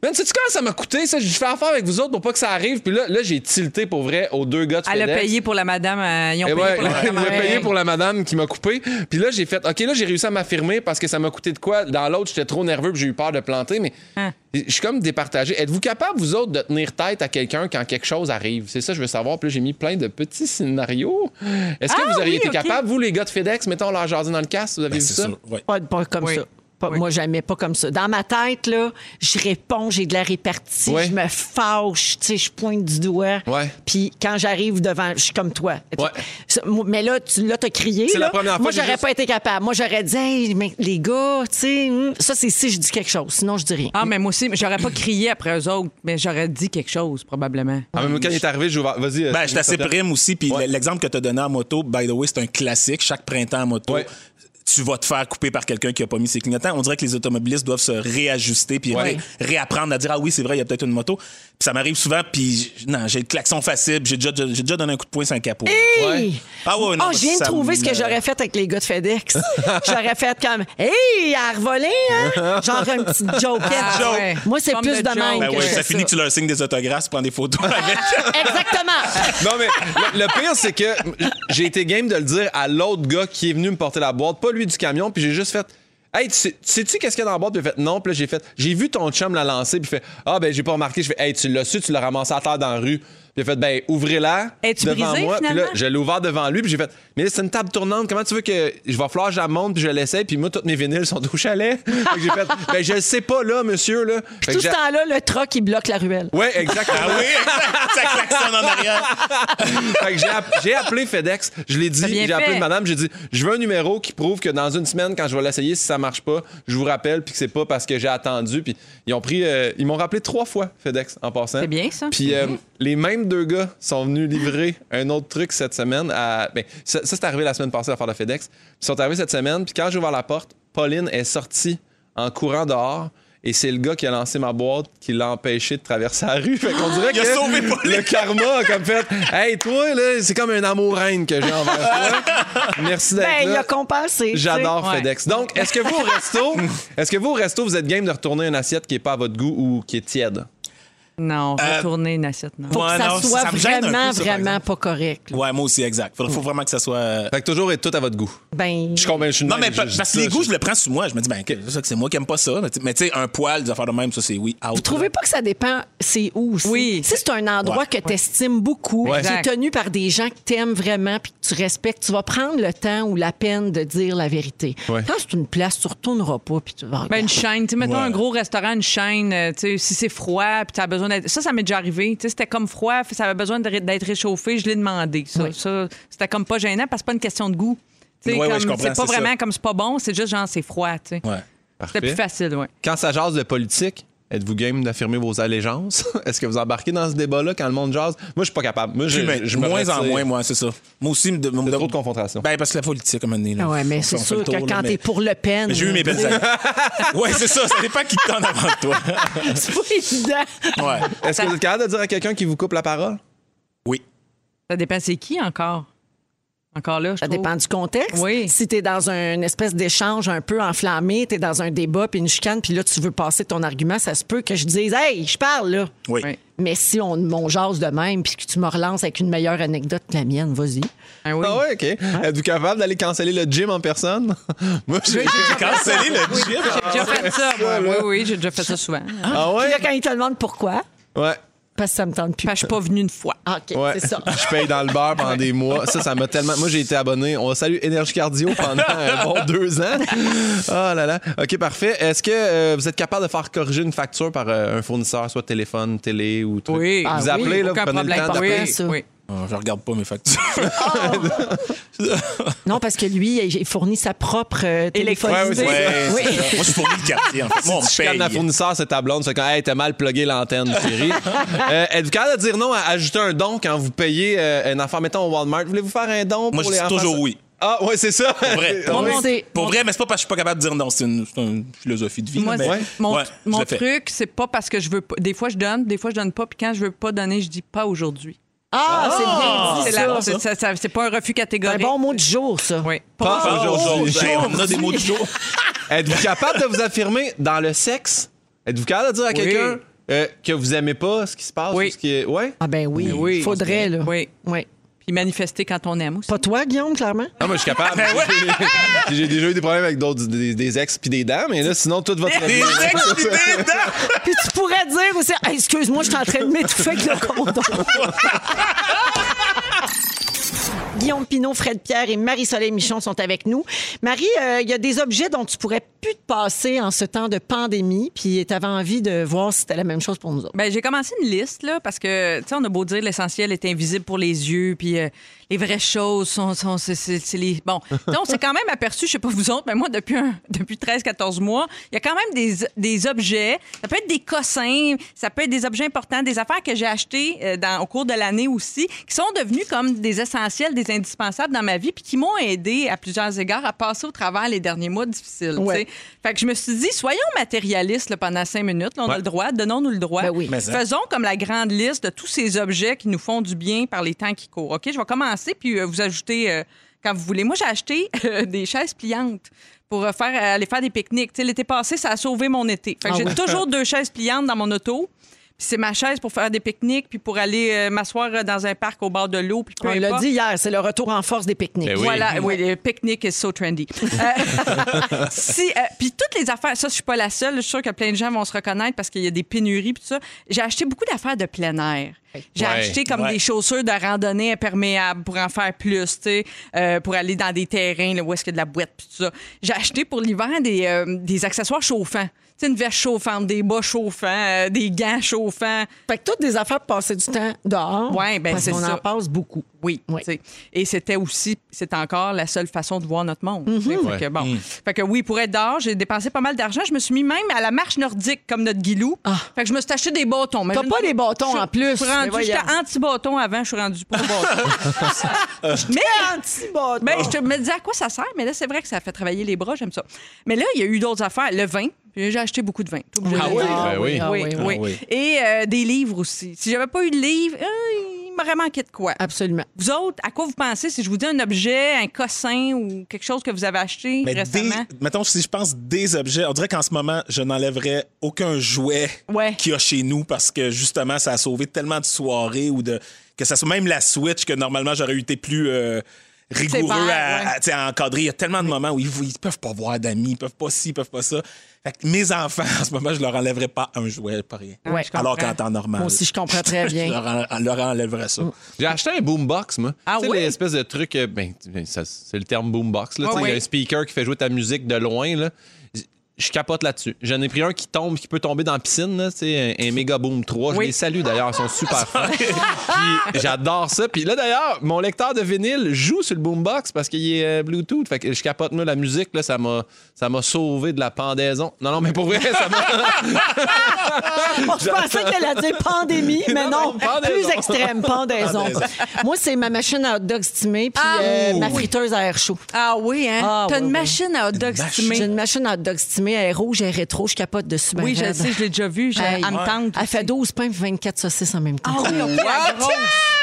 S2: Man, sais-tu comment ça m'a coûté? Ça, je fais affaire avec vous autres pour pas que ça arrive. Puis là, là j'ai tilté pour vrai aux deux gars de
S3: Elle a
S2: FedEx.
S3: payé pour la madame. euh, ils ont
S2: Et
S3: payé
S2: Eh ouais,
S3: pour la
S2: j'ai
S3: madame.
S2: payé pour la madame qui m'a coupé. Puis là, j'ai fait, OK, là, j'ai réussi à m'affirmer parce que ça m'a coûté de quoi. Dans l'autre, j'étais trop nerveux puis j'ai eu peur de planter, mais
S3: Hein.
S2: je suis comme départagé. Êtes-vous capable, vous autres, de tenir tête à quelqu'un quand quelque chose arrive? C'est ça, je veux savoir. Puis là, j'ai mis plein de petits scénarios. Est-ce que
S3: Ah
S2: vous auriez
S3: oui,
S2: été
S3: OK.
S2: capable, vous, les gars de FedEx, mettons leur jardin dans le casque, vous avez
S5: Ben,
S2: vu
S5: c'est
S2: ça?
S5: sûr, ouais.
S1: Pas, pas comme
S3: Oui.
S1: ça. Pas- Moi, jamais pas comme ça. Dans ma tête, là, je réponds, j'ai de la répartie,
S2: Ouais.
S1: je me fâche, tu sais, je pointe du doigt.
S2: Ouais.
S1: Puis quand j'arrive devant, je suis comme toi.
S2: Ouais.
S1: Ça, moi, Mais là, tu là, t'as crié.
S2: C'est la
S1: là.
S2: première fois
S1: Moi,
S2: que j'ai
S1: j'aurais
S2: juste-
S1: pas été capable. Moi, j'aurais dit, Hey, mais les gars, tu sais, hmm. ça, c'est si je dis quelque chose. Sinon, je dis rien.
S3: Ah, mais moi aussi, mais j'aurais pas crié après eux autres, mais j'aurais dit quelque chose, probablement.
S2: Ah, même quand il est arrivé, j'ai ouvert. Vas-y. euh,
S5: Ben, j'étais assez
S2: Sophia.
S5: prime aussi. Puis
S2: Ouais.
S5: l'exemple que tu as donné en moto, by the way, c'est un classique. Chaque printemps en moto,
S2: Ouais.
S5: tu vas te faire couper par quelqu'un qui a pas mis ses clignotants. On dirait que les automobilistes doivent se réajuster puis
S2: Ouais.
S5: ré- réapprendre à dire Ah oui, c'est vrai, il y a peut-être une moto. Puis ça m'arrive souvent, puis j- non, j'ai le klaxon facile. puis J'ai déjà, j'ai déjà donné un coup de poing sans capot.
S2: Ouais.
S5: Ah ouais, non,
S1: Ah,
S5: mais
S1: je viens de
S5: ça
S1: trouver ce
S5: me-
S1: que j'aurais fait avec les gars de FedEx. j'aurais fait comme Hey, à revoler, hein? Genre une petite joke.
S3: Ah, ouais.
S1: Moi, c'est
S3: Forme
S1: plus
S3: de
S1: de
S3: joke.
S1: même
S5: Ben
S1: que
S5: ouais,
S1: je fais
S5: ça finit que tu leur signes des autographes, tu prends des photos avec.
S1: Exactement.
S2: Non, mais le, le pire, c'est que j'ai été game de le dire à l'autre gars qui est venu me porter la boîte, pas lui du camion, puis j'ai juste fait. Hey, tu sais- tu sais-tu qu'est-ce qu'il y a dans la boîte? Puis il a fait non. Puis là, j'ai fait, j'ai vu ton chum la lancer. Puis il fait, ah, ben, j'ai pas remarqué. Je fais, hey, tu l'as su, tu l'as ramassé à terre dans la rue. Puis il a fait, ben, ouvrez-la.
S3: Es-tu
S2: devant
S3: brisé,
S2: moi. Puis là,
S3: finalement?
S2: je l'ai ouvert devant lui. Puis j'ai fait, mais là, c'est une table tournante. Comment tu veux que je vais falloir que je la monte? Puis je l'essaie. Puis moi, toutes mes vinyles sont au chalet. Fait que j'ai fait, ben, je le sais pas, là, monsieur, là. Fait que
S1: Tout ce
S2: j'ai-
S1: temps-là, le troc, il bloque la ruelle.
S2: Ouais, exactement.
S5: ah oui, ça klaxonne en arrière.
S2: Fait que j'ai app- j'ai appelé FedEx, je l'ai dit,
S3: bien
S2: j'ai appelé
S3: fait.
S2: une madame, j'ai dit je veux un numéro qui prouve que dans une semaine quand je vais l'essayer si ça marche pas, je vous rappelle puis que c'est pas parce que j'ai attendu puis ils ont pris euh, ils m'ont rappelé trois fois FedEx en passant.
S3: C'est bien, ça.
S2: Puis euh, les mêmes deux gars sont venus livrer un autre truc cette semaine à ben, ça, ça, c'est arrivé la semaine passée à faire la FedEx. Ils sont arrivés cette semaine puis quand j'ai ouvert la porte, Pauline est sortie en courant dehors. Et c'est le gars qui a lancé ma boîte qui l'a empêché de traverser la rue. Fait qu'on dirait
S5: Il a
S2: que
S5: sauvé Pauline.
S2: le karma a comme fait Hey, toi, là, c'est comme un amour-reine que j'ai envers toi. Merci d'être
S1: Ben, il
S2: là.
S1: a compensé. tu sais.
S2: J'adore
S3: Ouais.
S2: FedEx. Donc, est-ce que vous au resto, est-ce que vous au resto, vous êtes game de retourner une assiette qui n'est pas à votre goût ou qui est tiède?
S3: Non,
S5: Euh,
S3: retourner une assiette, non.
S1: Faut
S5: Ouais,
S1: que ça
S5: non,
S1: soit
S5: ça me gêne un peu,
S1: vraiment,
S5: ça, par
S1: vraiment
S5: exemple.
S1: pas correct. là.
S5: Ouais, moi aussi, exact. Faut, faut vraiment que ça soit. euh,
S2: Fait que toujours être tout à votre goût.
S1: Ben,
S2: Je suis convaincu. je suis de
S5: Non,
S2: même,
S5: mais
S2: je-
S5: pa-
S2: je
S5: parce
S2: dis
S5: que les
S2: ça,
S5: goûts,
S2: je-
S5: je le prends sur moi. Je me dis, ben, que- c'est ça que c'est moi qui aime pas ça. Mais tu- Mais tu sais, un poil, des affaires de même, ça, c'est oui, out.
S1: vous trouvez pas que ça dépend c'est où aussi?
S3: Oui.
S1: Si c'est un endroit
S5: Ouais.
S1: que tu estimes beaucoup,
S2: Ouais.
S1: qui est
S3: Exact.
S1: tenu par des gens que tu aimes vraiment puis que tu respectes, tu vas prendre le temps ou la peine de dire la vérité.
S2: Ouais.
S1: Quand c'est une place, tu retourneras pas puis tu vas regarder.
S3: Ben, une chaîne, tu sais, mettons
S5: Ouais.
S3: un gros restaurant, une chaîne, euh, tu sais, si c'est froid, puis t'as besoin d'être. Ça, ça m'est déjà arrivé. Tu sais, c'était comme froid, fait- ça avait besoin de ré- d'être réchauffé, je l'ai demandé. Ça,
S1: Oui.
S3: ça, c'était comme pas gênant parce que c'est pas une question de goût. Tu sais,
S5: Ouais, ouais,
S3: comme,
S5: je comprends,
S3: c'est pas
S5: c'est
S3: vraiment
S5: ça.
S3: comme c'est pas bon, c'est juste genre c'est froid, tu sais.
S5: Ouais.
S2: Parfait.
S3: C'était plus facile, ouais.
S2: Quand ça jase de politique, êtes-vous game d'affirmer vos allégeances? Est-ce que vous embarquez dans ce débat-là quand le monde jase? Moi, je suis pas capable. Moi, je,
S5: Puis, mais,
S2: je me
S5: moins en
S2: retire.
S5: moins, moi, c'est ça. Moi aussi, me de, me
S2: trop de confrontation.
S5: Ben, parce que la politique, à un moment donné, là,
S1: Ah ouais, mais
S5: on-
S1: c'est
S5: on fait
S1: sûr
S5: le tour,
S1: que
S5: là,
S1: quand
S5: mais-
S1: t'es pour Le Pen.
S5: Mais J'ai eu mes belles années. ouais, c'est ça. Ça dépend qui te tend avant toi.
S1: C'est pas évident.
S5: Ouais.
S2: Est-ce que vous êtes capable de dire à quelqu'un qui vous coupe la parole?
S5: Oui.
S3: Ça dépend c'est qui encore. Encore là, je
S1: Ça
S3: trouve.
S1: dépend du contexte.
S3: Oui.
S1: Si tu es dans un- une espèce d'échange un peu enflammé, tu es dans un débat puis une chicane, puis là, tu veux passer ton argument, ça se peut que je dise Hey, je parle là.
S5: Oui.
S3: Ouais.
S1: Mais si on mon jase de même puis que tu me relances avec une meilleure anecdote que la mienne, vas-y.
S3: Ah oui.
S2: Ah ouais, OK. Êtes-vous capable d'aller canceller le gym en personne? Moi, j'ai
S5: Canceller le gym.
S3: J'ai déjà fait ça, moi. Oui, oui, j'ai déjà fait ça souvent.
S2: Ah
S1: Puis
S2: ouais?
S1: là, quand ils te demandent pourquoi,
S2: Ouais.
S1: parce que ça me tente plus.
S3: Parce que je suis pas venue une fois.
S1: Ah, OK,
S2: Ouais.
S1: c'est ça.
S2: Je paye dans le beurre pendant des mois. Ça, ça m'a tellement. Moi, j'ai été abonné. On salue Énergie Cardio pendant un bon deux ans. Oh là là. OK, parfait. Est-ce que euh, vous êtes capable de faire corriger une facture par euh, un fournisseur, soit téléphone, télé ou truc?
S3: Oui.
S1: Ah
S2: vous
S1: oui,
S2: appelez, là, vous
S3: Aucun
S2: prenez
S3: problème.
S2: le temps
S3: Oui,
S2: d'appeler.
S1: ça.
S3: oui.
S5: Oh, je regarde pas mes factures.
S1: Non, parce que lui, il fournit sa propre euh, téléphonie.
S2: Ouais,
S5: Ouais,
S1: Oui.
S5: c'est ça. Moi, je suis fourni le quartier, en fait. Moi,
S2: Je calme la
S5: on paye.
S2: fournisseur, c'est ta blonde. C'est quand, hey, t'as mal plugué l'antenne, chérie. Euh, Êtes-vous capable de dire non à ajouter un don quand vous payez euh, un enfant, mettons au Walmart? Voulez-vous faire un don
S5: Moi,
S2: pour
S5: je
S2: les
S5: dis
S2: enfants?
S5: toujours oui.
S2: Ah, ouais, c'est ça.
S5: Pour vrai.
S2: Ah
S5: Pour
S2: oui.
S1: Mon-
S5: vrai.
S1: c'est-
S5: Pour vrai, mais c'est pas parce que je suis pas capable de dire non. C'est une, c'est une philosophie de vie.
S3: Moi,
S5: là, mais-
S3: c'est- mon,
S5: Ouais, je
S3: mon
S5: le fais.
S3: truc, c'est pas parce que je veux pas. Des fois, je donne, des fois, je donne pas. Puis quand je veux pas donner, je dis pas aujourd'hui.
S1: Ah, c'est bien dit,
S3: C'est
S1: ça.
S3: la- c'est ça, ça- c'est pas un refus
S1: C'est un
S3: catégorique.
S1: bon mot du jour, ça.
S3: Oui.
S2: Pas
S5: Ah,
S3: oh,
S2: aujourd'hui.
S5: aujourd'hui. Hey, On a des mots du jour.
S2: Êtes-vous capable de vous affirmer dans le sexe? Êtes-vous capable de dire à
S3: Oui.
S2: quelqu'un euh, que vous aimez pas ce qui se passe?
S3: Oui.
S2: ou ce qui est- Ouais?
S1: Ah ben oui,
S3: oui,
S1: faudrait, là.
S3: Oui.
S1: oui.
S3: Puis manifester quand on aime aussi.
S1: Pas toi, Guillaume, clairement?
S2: Non, moi, je suis capable.
S3: Ben
S2: J'ai- J'ai déjà eu des problèmes avec d'autres, des, des ex puis des dames, mais là, sinon, toute votre.
S6: Euh,
S5: Des ex pis des dents.
S1: Puis tu pourrais dire aussi, Hey, excuse-moi, je suis en train de m'étouffer avec le condom. Guillaume Pinot, Fred Pierre et Marie-Soleil Michon sont avec nous. Marie, euh, il y a des objets dont tu pourrais plus te passer en ce temps de pandémie, puis tu avais envie de voir si c'était la même chose pour nous autres.
S3: Ben, j'ai commencé une liste, là, parce que, tu sais, on a beau dire l'essentiel est invisible pour les yeux, puis euh, les vraies choses sont. sont c'est, c'est- c'est les... Bon. Tu sais, on s'est quand même aperçu, je sais pas vous autres, mais moi, depuis, un- depuis 13-14 mois, il y a quand même des, des objets. Ça peut être des cossins, ça peut être des objets importants, des affaires que j'ai achetées euh, dans, au cours de l'année aussi, qui sont devenus comme des essentiels, des indispensables dans ma vie, puis qui m'ont aidé à plusieurs égards à passer au travers les derniers mois difficiles. tu sais.
S1: Ouais.
S3: Fait que je me suis dit, soyons matérialistes là, pendant cinq minutes. Là, on a le droit, donnons-nous le droit.
S1: Ben oui.
S5: Mais ça.
S3: Faisons comme la grande liste de tous ces objets qui nous font du bien par les temps qui courent. OK, je vais commencer, puis euh, vous ajoutez euh, quand vous voulez. Moi, j'ai acheté euh, des chaises pliantes pour euh, faire, euh, aller faire des pique-niques. Tu sais, L'été passé, ça a sauvé mon été. Fait que
S1: Ah
S3: j'ai
S1: oui.
S3: toujours deux chaises pliantes dans mon auto. Puis c'est ma chaise pour faire des pique-niques, puis pour aller euh, m'asseoir euh, dans un parc au bord de l'eau. Puis peu
S1: On l'a
S3: importe.
S1: dit hier, c'est le retour en force des pique-niques.
S2: Ben oui.
S3: Voilà, oui, le pique-nique is so trendy. Euh, si, euh, puis toutes les affaires, ça, je suis pas la seule. Je suis sûre que plein de gens vont se reconnaître parce qu'il y a des pénuries puis tout ça. J'ai acheté beaucoup d'affaires de plein air. J'ai
S2: Ouais.
S3: acheté comme
S5: Ouais.
S3: des chaussures de randonnée imperméables pour en faire plus, tu sais, euh, pour aller dans des terrains là, où est-ce qu'il y a de la boîte puis tout ça. J'ai acheté pour l'hiver des, euh, des accessoires chauffants. Tu sais, une veste chauffante, des bas chauffants, euh, des gants chauffants.
S1: Fait que toutes des affaires pour passer du temps dehors.
S3: Ouais, ben,
S1: parce
S3: c'est
S1: qu'on
S3: ça.
S1: en passe beaucoup.
S3: Oui.
S1: Oui.
S3: tu sais. Et c'était aussi, c'est encore la seule façon de voir notre monde. tu
S1: Mhm.
S3: sais. Fait, que, bon. fait que oui, pour être dehors, j'ai dépensé pas mal d'argent. Je me suis mis même à la marche nordique comme notre guilou. Fait que je me suis acheté des bâtons.
S1: Ah. T'as
S3: Imagine-
S1: pas des bâtons
S3: Je-
S1: en plus.
S3: je suis
S1: mais
S3: rendue-
S1: voyons.
S3: J'étais anti-bâton avant, je suis rendu pro bâton. mais
S1: Ah. Anti-bâton.
S3: ben, je te me disais à quoi ça sert, mais là, c'est vrai que ça fait travailler les bras, j'aime ça. Mais là, il y a eu d'autres affaires. Le vin, j'ai acheté beaucoup de vin. T'es obligé de le dire.
S1: Ah
S2: Ben oui.
S1: ah
S3: Oui,
S1: oui,
S3: oui. Et euh, des livres aussi. Si j'avais pas eu de livres, euh, il m'aurait manqué de quoi.
S1: Absolument.
S3: Vous autres, à quoi vous pensez si je vous dis un objet, un cossin ou quelque chose que vous avez acheté
S5: Mais des,
S3: récemment?
S5: mettons, si je pense des objets, on dirait qu'en ce moment, je n'enlèverais aucun jouet
S3: Ouais.
S5: qu'il y a chez nous parce que justement, ça a sauvé tellement de soirées ou de. que ça soit même la Switch que normalement, j'aurais été plus. euh, rigoureux
S3: Sévère,
S5: à,
S3: ouais.
S5: à- tu sais, à encadrer. Il y a tellement de moments où ils, ils peuvent pas voir d'amis, ils peuvent pas ci, ils peuvent pas ça. Fait que mes enfants, en ce moment, je leur enlèverais pas un jouet, pas rien.
S3: Ouais, je
S5: Alors
S3: comprends.
S5: qu'en temps normal.
S1: Moi aussi, je comprends très bien.
S5: Je leur, en- leur enlèverais ça.
S2: J'ai acheté un boombox, moi.
S3: Ah
S2: tu sais,
S3: oui?
S2: l'espèce de truc, euh, ben, tu- ben, ça, c'est le terme boombox. Là,
S3: Ah
S2: Tu sais,
S3: oui.
S2: Il y a un speaker qui fait jouer ta musique de loin. Là. Je- Je capote là-dessus. J'en ai pris un qui tombe, qui peut tomber dans la piscine. Là, tu sais, un, un Mega Boom 3. Je
S3: Oui.
S2: les salue d'ailleurs, ils sont super fins. Puis, J'adore ça. Puis là, d'ailleurs, mon lecteur de vinyle joue sur le boombox parce qu'il est euh, Bluetooth. Fait que je capote, moi, la musique, là, ça m'a ça m'a sauvé de la pendaison. Non, non, mais pour vrai, ça m'a.
S1: Bon, je pensais qu'elle allait dire pandémie, mais non,
S2: Non, pendaison.
S1: plus extrême, pendaison. Moi, c'est ma machine à hot dog stimée puis
S3: Ah,
S1: euh,
S3: oui.
S1: ma friteuse à air chaud.
S3: Ah oui, hein?
S1: Ah,
S3: T'as
S1: oui,
S3: une
S1: oui.
S3: machine à hot dog
S1: J'ai
S3: stimée.
S1: une machine à hot dog stimée, elle est rouge, elle est rétro, je capote dessus. ben
S3: Oui, je le
S1: raide.
S3: sais, je l'ai déjà vu. J'ai-
S1: Hey,
S3: Elle me tente.
S1: Elle fait 12 pains et 24 saucisses en même temps. Oh,
S3: Ah oui, on fait la grosse.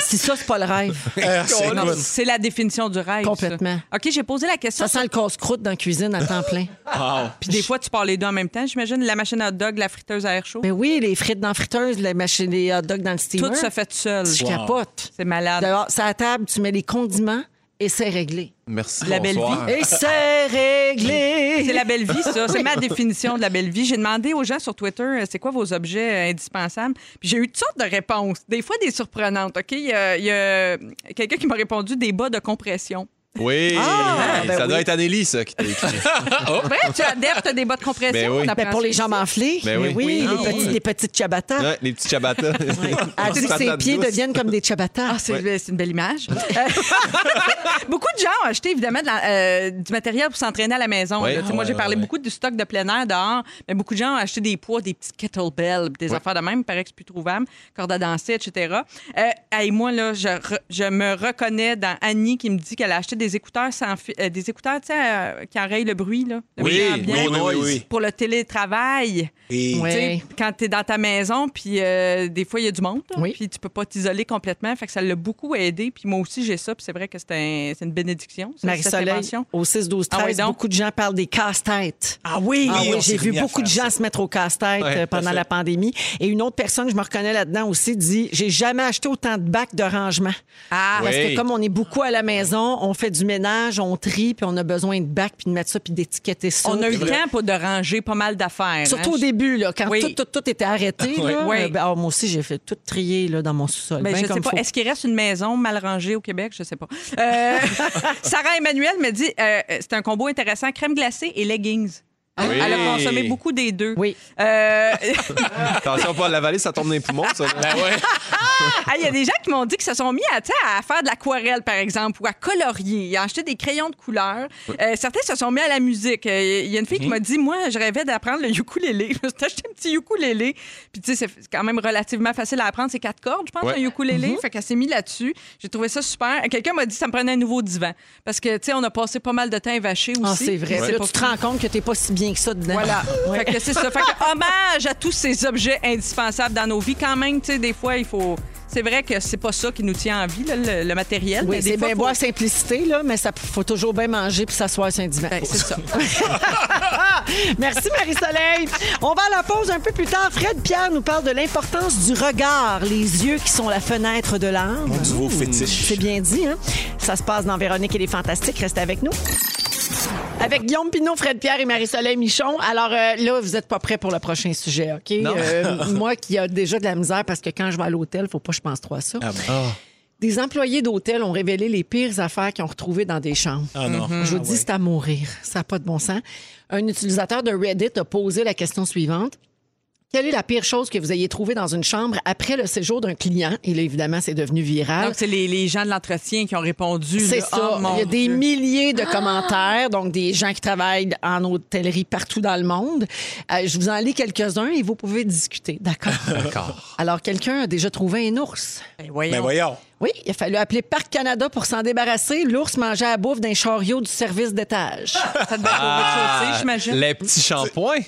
S1: Si ça, c'est pas le rêve.
S5: Ah, c'est
S3: Non,
S5: good.
S3: C'est la définition du rêve.
S1: Complètement.
S3: ça. OK, j'ai posé la question.
S1: Ça sent le casse-croûte dans la cuisine à temps plein.
S5: Wow.
S3: Puis des fois, tu pars les deux en même temps, j'imagine. La machine à hot dog, la friteuse à air chaud.
S1: Mais oui, les frites dans la friteuse, les, machines, les hot dogs dans le steamer.
S3: Tout se fait tout seul.
S1: Je capote.
S3: C'est malade.
S1: D'ailleurs, c'est à la table, tu mets les condiments et c'est réglé.
S2: Merci.
S3: La belle
S2: bonsoir.
S1: Et c'est réglé.
S3: C'est la belle vie, ça. C'est ma définition de la belle vie. J'ai demandé aux gens sur Twitter, euh, c'est quoi vos objets euh, indispensables? Puis j'ai eu toutes sortes de réponses, des fois des surprenantes. OK, il y a, il y a quelqu'un qui m'a répondu des bas de compression.
S2: Oui,
S1: Ah, ben
S2: ça doit
S1: oui.
S2: être Anneli, ça, qui t'a écrit.
S3: Vrai, tu adeptes des bas de compression?
S2: Oh! Ben oui.
S3: on apprend
S1: Ben, pour les
S3: ça
S1: jambes
S3: ici.
S1: enflées.
S2: Ben
S1: mais
S2: oui.
S1: oui,
S2: Oui.
S1: les,
S2: Ah,
S1: petits,
S2: oui.
S1: les petites ciabatta.
S2: Ouais, les petits ciabatta.
S1: Elle dit que Ah, ses pieds deviennent comme des ciabatta.
S3: Ah, c'est c'est une belle image. Euh, beaucoup de gens ont acheté, évidemment, de la- euh, du matériel pour s'entraîner à la maison.
S2: Ouais.
S3: là. Tu sais, moi,
S5: Ouais,
S3: j'ai parlé
S5: ouais,
S3: beaucoup du stock de plein air dehors, mais beaucoup de gens ont acheté des poids, des petits kettlebells, des affaires de même. Il paraît que c'est plus trouvable, corde à danser, etc. Euh, hey, moi, là, je, re- je me reconnais dans Annie qui me dit qu'elle a acheté des écouteurs sans fil- euh, des écouteurs, tu sais, euh, qui enrayent le bruit, là. le
S2: Oui,
S3: bruit
S2: oui,
S3: ambiant,
S5: oui, oui, oui.
S3: Pour le télétravail.
S5: Et-
S1: Ouais.
S3: Tu sais, quand tu es dans ta maison, puis euh, des fois, il y a du monde, là,
S1: Oui.
S3: puis tu peux pas t'isoler complètement. Fait que ça l'a beaucoup aidé. Puis moi aussi, j'ai ça, puis c'est vrai que c'est un- c'est une bénédiction, Ah, ça, cette
S1: Marie-Soleil,
S3: invention.
S1: au 6-12-13,
S3: Ah oui, donc.
S1: beaucoup de gens parlent des casse-têtes.
S5: Ah oui,
S1: Ah
S5: oui,
S1: oui,
S5: on
S1: j'ai
S5: s'est
S1: vu
S5: remis à
S1: beaucoup de
S5: faire
S1: gens se mettre aux casse-têtes
S5: Ouais,
S1: euh, pendant
S5: parfait.
S1: la pandémie. Et une autre personne, je me reconnais là-dedans aussi, dit J'ai jamais acheté autant de bacs de rangement.
S3: Ah,
S1: Parce que
S2: Oui.
S1: comme on est beaucoup à la maison, on fait du ménage, on trie, puis on a besoin de bacs, puis de mettre ça, puis d'étiqueter ça.
S3: On a eu
S1: Puis
S3: le temps pour de ranger pas mal d'affaires.
S1: Surtout
S3: hein.
S1: au début, là, quand
S3: Oui.
S1: tout, tout, tout était arrêté. là,
S3: Oui.
S1: euh, ben, ah, moi aussi, j'ai fait tout trier là, dans mon sous-sol.
S3: Ben,
S1: bien
S3: je sais
S1: comme
S3: pas.
S1: faut.
S3: Est-ce qu'il reste une maison mal rangée au Québec? Je sais pas. Euh, Sarah Emmanuel me dit euh, c'est un combo intéressant crème glacée et leggings.
S2: Oui.
S3: Elle a consommé beaucoup des deux.
S1: Oui.
S3: Euh,
S2: Attention, pas la vallée, ça tombe dans les poumons, ça.
S5: Ben ouais.
S3: Ah, Il y a des gens qui m'ont dit qu'ils se sont mis à, tu sais, à faire de l'aquarelle, par exemple, ou à colorier, à acheter des crayons de couleur. Euh, certains se sont mis à la musique. Euh, Il y a une fille
S1: Mhm.
S3: qui m'a dit Moi, je rêvais d'apprendre le ukulélé. Je me suis acheté un petit ukulélé. Puis, tu sais, c'est quand même relativement facile à apprendre. C'est quatre cordes, je pense,
S2: Ouais.
S3: un ukulélé.
S1: Mhm.
S3: Fait qu'elle s'est mise là-dessus. J'ai trouvé ça super. Quelqu'un m'a dit Ça me prenait un nouveau divan. Parce que, tu sais, on a passé pas mal de temps vaché aussi.
S1: Ah, c'est vrai.
S3: Puis
S1: Là,
S3: pas
S1: tu te rends compte que t'es pas si bien que ça dedans.
S3: voilà. Fait que c'est ça. Fait que hommage à tous ces objets indispensables dans nos vies. Quand même, tu sais, des fois, il faut. C'est vrai que c'est pas ça qui nous tient en vie, là, le, le matériel.
S1: Oui,
S3: mais des
S1: c'est
S3: fois,
S1: bien
S3: faut-
S1: boire simplicité, là, mais ça faut toujours bien manger puis s'asseoir sur un divan.
S3: Ben, c'est ça.
S1: Merci Marie-Soleil. On va à la pause un peu plus tard. Fred Pierre nous parle de l'importance du regard, les yeux qui sont la fenêtre de l'âme. Mmh,
S5: Du nouveau
S1: C'est
S5: fétiche.
S1: bien dit, hein? Ça se passe dans Véronique et les Fantastiques. Restez avec nous. Avec Guillaume Pinot, Fred Pierre et Marie-Soleil Michon. Alors euh, là, vous n'êtes pas prêts pour le prochain sujet, OK? Euh, moi qui a déjà de la misère parce que quand je vais à l'hôtel, faut pas que je pense trop à
S5: Ah,
S1: ça.
S5: ben.
S1: Des employés d'hôtel ont révélé les pires affaires qu'ils ont retrouvées dans des chambres.
S5: Ah non.
S3: Mm-hmm. Hmm,
S1: Je vous dis, c'est à mourir. Ça n'a pas de bon sens. Un utilisateur de Reddit a posé la question suivante. Quelle est la pire chose que vous ayez trouvée dans une chambre après le séjour d'un client? Et là, évidemment, c'est devenu viral.
S3: Donc, c'est les, les gens de l'entretien qui ont répondu.
S1: C'est
S3: là.
S1: ça.
S3: Ah, Oh, mon
S1: Il y a des
S3: Dieu. Ah!
S1: milliers de commentaires, donc des gens qui travaillent en hôtellerie partout dans le monde. Euh, je vous en lis quelques-uns et vous pouvez discuter. D'accord? D'accord. Alors, quelqu'un a déjà trouvé un ours.
S3: Ben, voyons.
S5: Ben voyons.
S1: Oui, il a fallu appeler Parc Canada pour s'en débarrasser. L'ours mangeait à bouffe d'un chariot du service d'étage.
S3: Ça devait être autre chose,
S5: Ah,
S3: tu sais, j'imagine.
S7: Ah, Les petits shampoings.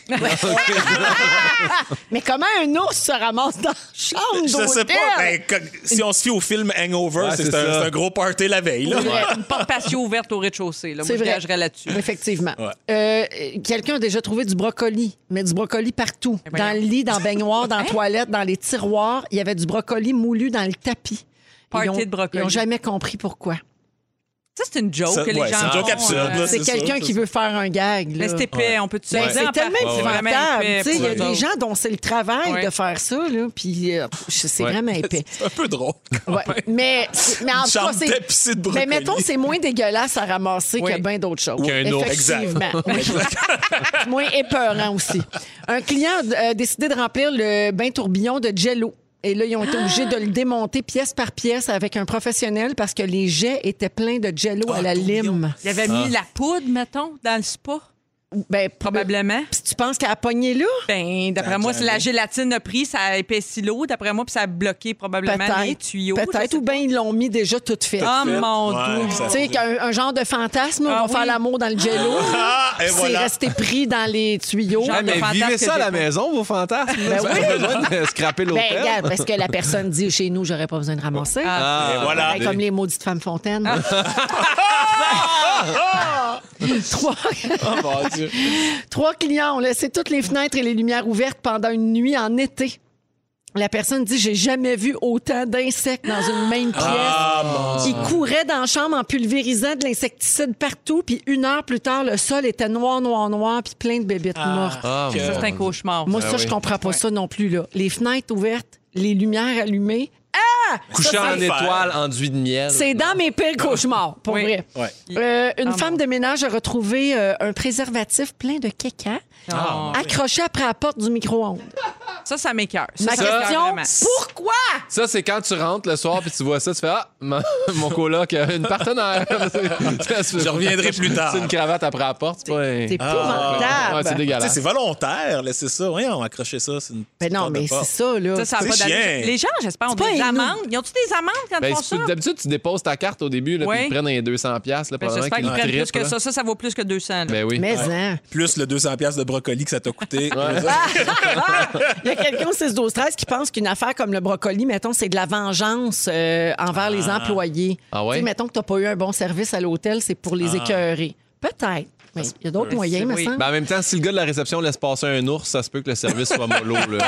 S1: Mais comment un ours se ramasse dans la chambre
S5: Ah, Je sais
S1: d'hôtel?
S5: pas. ben, co- si on se fie au film Hangover,
S2: Ouais,
S5: c'est
S2: c'est
S5: un,
S2: ça.
S5: c'est un gros party la veille. Là.
S1: Oui.
S5: Ouais.
S3: Une porte patio ouverte au rez-de-chaussée. là. Moi,
S1: C'est
S3: je
S1: vrai.
S3: gagerais là-dessus.
S1: Effectivement.
S5: ben, Ouais.
S1: Euh, Quelqu'un a déjà trouvé du brocoli, mais du brocoli partout.
S3: Eh voyons. Hein?
S1: Dans le lit, dans la baignoire, dans la toilette, dans les tiroirs. Il y avait du brocoli moulu dans le tapis.
S3: Party
S1: ils ont,
S3: de brocoli.
S1: Ils n'ont jamais compris pourquoi.
S3: Ça, c'est une joke
S5: Ça-
S3: que les
S5: ouais,
S3: gens
S5: c'est une joke
S3: font,
S5: absurde, là.
S1: C'est
S5: c'est
S1: quelqu'un
S5: ça,
S1: qui
S5: c'est
S1: veut faire un gag. là.
S3: Mais c'est épais, on peut-tu
S1: Ben,
S3: dire
S1: c'est
S3: en
S1: tellement
S3: partie?
S1: épouvantable.
S3: épais
S1: Tu sais, Il y a
S3: pour eux
S1: des
S3: autres.
S1: gens dont c'est le travail
S3: Ouais.
S1: de faire ça, là, puis euh, c'est vraiment épais.
S5: C'est un peu drôle.
S1: Ouais. Mais, mais en tout
S5: Une
S1: cas,
S5: chambre
S1: c'est.
S5: tapissée de
S1: Mais
S5: brocoli.
S1: mettons, c'est moins dégueulasse à ramasser
S3: Oui.
S1: que bien d'autres choses.
S7: Qu'un ours.
S1: Effectivement. Oui. moins épeurant aussi. Un client a euh, décidé de remplir le bain tourbillon de Jello. Et là, ils ont été obligés de le démonter pièce par pièce avec un professionnel parce que les jets étaient pleins de Jello à la lime.
S3: Il
S5: Ah.
S3: avait mis la poudre, mettons, dans le spa,
S1: Ben,
S3: probablement.
S1: Si tu penses qu'elle a pogné là,
S3: Ben, d'après
S5: Ça
S3: moi,
S5: a
S3: si la gélatine a pris, ça a épaissi l'eau, d'après moi, puis ça a bloqué probablement les
S1: peut-être.
S3: tuyaux.
S1: Peut-être, ou bien ils l'ont mis déjà toute faite.
S3: Oh mon
S5: Ouais,
S3: dieu.
S5: ça-
S1: Tu sais, qu'un- un genre de fantasme,
S3: Ah
S1: on va
S3: oui.
S1: faire l'amour dans le jello.
S5: Ah, et
S1: C'est
S5: voilà.
S1: resté pris dans les tuyaux.
S3: Genre-
S7: Ah, mais
S3: fantasme
S7: vivez
S3: que
S7: ça à
S3: j'ai
S7: la
S3: pas.
S7: maison, vos fantasmes.
S1: Ben
S7: Vous
S1: oui.
S7: avez besoin de scraper
S1: Ben,
S7: l'hôtel.
S1: regarde, parce que la personne dit chez nous, j'aurais pas besoin de ramasser.
S7: Ah,
S5: Et voilà.
S1: Pareil comme les maudites femmes fontaines.
S7: Ah.
S1: Trois... Trois clients ont laissé toutes les fenêtres et les lumières ouvertes pendant une nuit en été. La personne dit J'ai jamais vu autant d'insectes dans une même
S7: Ah,
S1: pièce. qui couraient dans la chambre en pulvérisant de l'insecticide partout. Puis une heure plus tard, le sol était noir, noir, noir, puis plein de bébêtes mortes.
S7: Ah,
S3: Ça, c'est un cauchemar.
S5: Ah
S1: Moi, ça, je comprends pas ça non plus. Là. Les fenêtres ouvertes, les lumières allumées. Ah!
S7: Couché
S5: Ça,
S7: en
S5: c'est le faire.
S7: étoile, enduit de miel.
S1: C'est dans mes pires cauchemars, pour
S3: Oui.
S1: vrai.
S5: Ouais.
S1: Euh, une
S3: Ah,
S1: femme
S3: mon-
S1: de ménage a retrouvé euh, un préservatif plein de caca
S3: Non.
S1: accroché après la porte du micro-ondes.
S3: Ça, ça m'écœure. Ça,
S1: Ma
S3: ça m'écoeure
S1: question,
S3: vraiment.
S1: pourquoi?
S7: Ça, c'est quand tu rentres le soir puis tu vois ça, tu fais Ah, mon, mon coloc a une partenaire. Je
S5: Je reviendrai plus tard.
S7: C'est une cravate après la porte. C'est pas un- Ah,
S1: C'est
S7: Ouais, c'est
S1: épouvantable.
S5: Tu sais,
S7: dégueulasse.
S5: Ah, c'est volontaire, laissez ça. Voyons, accrochez ça. C'est une
S1: Ben non,
S5: porte de
S1: mais c'est
S5: porte.
S1: ça, là.
S3: Ça, ça a
S5: C'est
S3: pas d'allure.
S5: chiant.
S3: Les gens, j'espère, ont
S1: pas
S3: des
S1: un nous.
S3: amendes. Ils ont-tu des amendes quand
S7: Ben,
S3: ils font
S7: c'est-
S3: ça?
S7: D'habitude, tu déposes ta carte au début, là,
S3: Ouais.
S7: puis ils prennent les 200$. Là,
S3: Ben,
S7: pendant
S3: J'espère qu'ils prennent plus que
S7: là.
S3: ça. Ça, ça vaut plus que 200. là.
S7: Ben oui.
S1: Mais hein.
S5: Plus le 200$ piastres de brocoli que ça t'a coûté.
S1: Il y a quelqu'un au 6 12 13 qui pense qu'une affaire comme le brocoli, mettons, c'est de la vengeance euh, envers les employés.
S7: Ah ouais? Ah.
S1: Tu sais, mettons que tu n'as pas eu un bon service à l'hôtel, c'est pour les écœurer. Peut-être. Mais il y a d'autres
S7: Euh,
S1: moyens, me
S3: oui.
S1: semble.
S7: Ben, en même temps, si le gars de la réception laisse passer un ours, ça se peut que le service soit mollo. Là.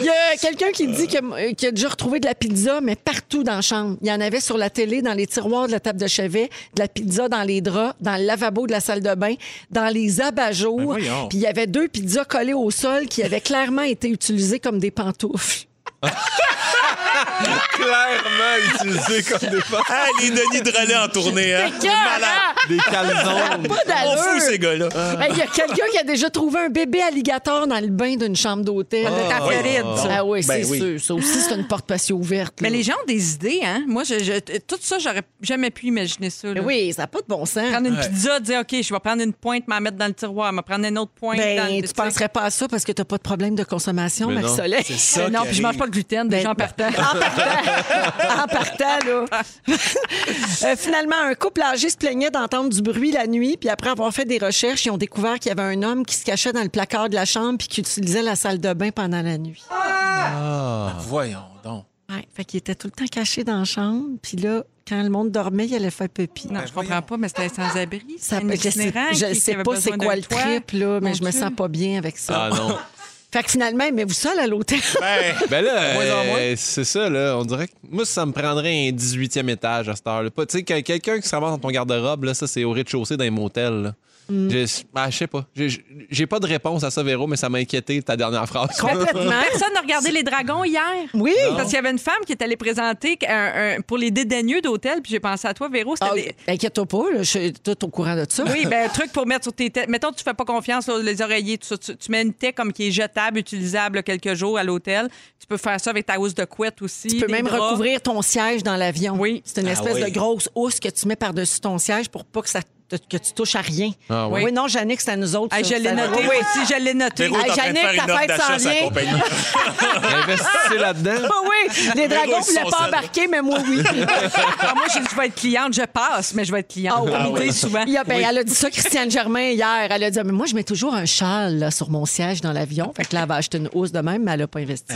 S1: Il y a quelqu'un qui dit que- euh, qu'il a déjà retrouvé de la pizza, mais partout dans la chambre. Il y en avait sur la télé, dans les tiroirs de la table de chevet, de la pizza dans les draps, dans le lavabo de la salle de bain, dans les
S7: Ben
S1: abat-jours. Puis
S5: voyons.
S1: il y avait deux pizzas collées au sol qui avaient clairement été utilisées comme des pantoufles.
S2: Clairement utilisé comme des fa-
S5: Ah, les Denis Drolet en tournée, hein? Malade.
S2: des
S1: Pas
S2: calzones.
S5: On
S1: d'allure.
S5: fout ces gars-là.
S1: Ben, Il y a quelqu'un qui a déjà trouvé un bébé alligator dans le bain d'une chambre d'hôtel.
S3: ta Floride, ça.
S1: Ah oui,
S5: Ben
S1: c'est
S5: oui.
S1: sûr. Ça aussi, c'est une porte patio ouverte.
S3: Mais
S1: là.
S3: les gens ont des idées, hein? Moi, je, je- tout ça, j'aurais jamais pu imaginer ça.
S1: Mais
S3: là.
S1: Ben oui, ça n'a pas de bon sens.
S3: Prendre une pizza, dire OK, je vais prendre une pointe, m'en mettre dans le tiroir, me prendre une autre pointe.
S1: Ben,
S3: dans le-
S1: tu penserais pas à ça parce que t'as pas de problème de consommation,
S2: Mais non,
S1: Marie-Soleil.
S5: ça
S3: Ben non,
S5: qui
S3: puis je mange
S5: arrive.
S3: pas de gluten,
S1: Ben,
S3: déjà en partant.
S1: En partant, en partant, là. Euh, finalement, un couple âgé se plaignait d'entendre du bruit la nuit, puis après avoir fait des recherches, ils ont découvert qu'il y avait un homme qui se cachait dans le placard de la chambre puis qui utilisait la salle de bain pendant la nuit.
S5: Voyons donc.
S1: Ouais, fait qu'il était tout le temps caché dans la chambre, puis là, quand le monde dormait, il allait faire pipi.
S3: Non, je comprends pas, mais c'était sans-abri.
S1: Ça,
S3: c'est un
S1: je sais,
S3: itinérant
S1: je
S3: qui- qui
S1: sais
S3: avait
S1: pas
S3: besoin
S1: c'est
S3: d'un
S1: quoi le
S3: toit.
S1: trip, là, mais
S3: Mon
S1: je me
S3: Dieu.
S1: sens pas bien avec ça.
S2: Ah non.
S1: Fait que finalement, aimez-vous ça, à l'hôtel?
S5: Ben,
S2: Ben là,
S5: moins en
S2: euh,
S5: moins.
S2: c'est ça, là. On dirait que moi, ça me prendrait un 18e étage à cette heure-là. Pas- Tu sais, quand quelqu'un qui se ramasse dans ton garde-robe, là, ça, c'est au rez-de-chaussée d'un motel. là.
S1: Mm.
S2: Je, ah, je sais pas. J'ai- J'ai pas de réponse à ça, Véro, mais ça m'a inquiété ta dernière phrase.
S1: Complètement.
S3: Personne n'a regardé les dragons hier.
S1: Oui.
S3: Parce qu'il y avait une femme qui est allée présenter un- un- pour les dédaigneux d'hôtel, puis j'ai pensé à toi, Véro. C'était
S1: Ah,
S3: des-
S1: Inquiète-toi pas, là, je suis tout au courant de ça.
S3: Oui, ben, un truc pour mettre sur tes têtes. Mettons, tu fais pas confiance, là, les oreillers, tout ça. Tu, tu mets une tête comme qui est jetable, utilisable là, quelques jours à l'hôtel. Tu peux faire ça avec ta housse de couette aussi.
S1: Tu peux même
S3: recouvrir.
S1: recouvrir ton siège dans l'avion.
S3: Oui.
S1: C'est une
S5: Ah
S1: espèce
S5: oui.
S1: de grosse housse que tu mets par-dessus ton siège pour pas que ça te- que tu touches à rien.
S2: Ah oui.
S1: Oui, non, Jannick, c'est à nous autres.
S3: je
S1: ça,
S3: l'ai
S1: ça-
S3: noté
S1: Oui.
S3: aussi, je l'ai noté.
S5: Véro est en train de
S1: Yannick,
S5: faire une
S1: ta
S5: offre
S1: fête
S5: d'achat
S1: s'en
S5: à sa
S1: vient.
S5: compagnie.
S2: Investissez là-dedans.
S1: Ah oui, les
S5: Véro,
S1: dragons
S5: ils
S1: ne voulaient
S5: sont
S1: pas
S5: seuls.
S1: embarquer, mais moi, oui.
S3: Ah, moi, j'ai dit, je vais être cliente, je passe, mais je vais être cliente.
S1: Ah
S3: On me dit souvent.
S1: Il y a- ben, Elle a dit ça, Christiane Germain, hier. Elle a dit Mais moi, je mets toujours un châle là, sur mon siège dans l'avion. Fait que là, elle va acheter une housse de même, mais elle n'a pas investi.
S2: Ah,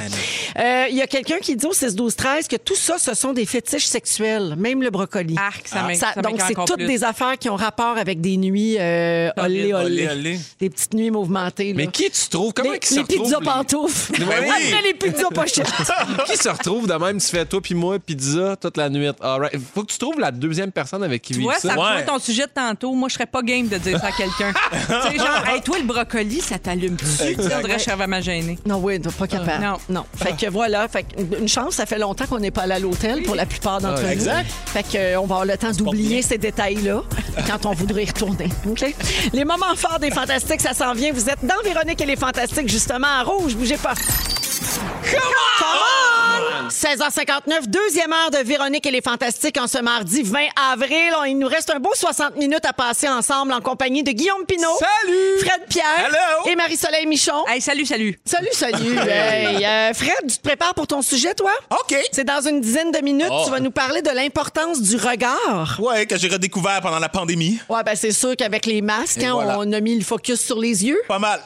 S1: Euh, Il y a quelqu'un qui dit au 6-12-13 que tout ça, ce sont des fétiches sexuels, même le brocoli.
S3: Arc, Ah,
S2: Ah.
S3: ça m'in- ça
S1: Donc,
S3: m'écoeure
S1: c'est
S3: encore
S1: toutes
S3: plus.
S1: des affaires qui ont rapport avec des nuits euh, olé, olé,
S5: Olé, olé.
S1: Des petites nuits mouvementées. là.
S2: Mais qui tu trouves? Comment
S1: les,
S2: qui se
S1: les pizzas
S2: retrouvent?
S1: pantoufles.
S2: Ben oui.
S1: Après les pizzas pochettes.
S2: qui se retrouve de même? Tu fais toi puis moi, pizza, toute la nuit. All right. Faut que tu trouves la deuxième personne avec qui
S3: Tu
S2: vivre
S3: vois,
S2: ça.
S3: ça rejoint
S5: Ouais.
S3: ton sujet de tantôt. Moi, je serais pas game de dire ça à quelqu'un. tu sais, genre, hey, toi, le brocoli, ça t'allume-tu? Tu dirais, je serais vraiment gênée.
S1: Non, oui, t'es pas capable.
S3: Non.
S1: Fait que voilà. Fait que une chance, ça fait longtemps qu'on n'est pas allé à l'hôtel pour la plupart
S2: Ah,
S1: d'entre nous.
S5: exact.
S1: Fait que euh, on va avoir le temps d'oublier ces détails-là quand on voudra y retourner. OK? Les moments forts des Fantastiques, ça s'en vient. Vous êtes dans Véronique et les Fantastiques, justement, en rouge. Bougez pas. Come on! 16h59, deuxième heure de Véronique et les Fantastiques en ce mardi 20 avril. On- Il nous reste un beau 60 minutes à passer ensemble en compagnie de Guillaume Pinault.
S2: Salut!
S1: Fred Pierre.
S2: Hello!
S1: Et Marie-Soleil Michon.
S3: Hey, salut, salut.
S1: Salut, salut. Hey, euh, Fred, tu te prépares pour ton sujet, toi?
S5: OK.
S1: C'est dans une dizaine de minutes.
S5: Oh.
S1: Tu vas nous parler de l'importance du regard.
S5: Ouais, hein, que j'ai redécouvert pendant la pandémie.
S1: Ouais, ben c'est sûr qu'avec les masques,
S5: Et
S1: hein,
S5: voilà.
S1: on a mis le focus sur les yeux.
S5: Pas mal.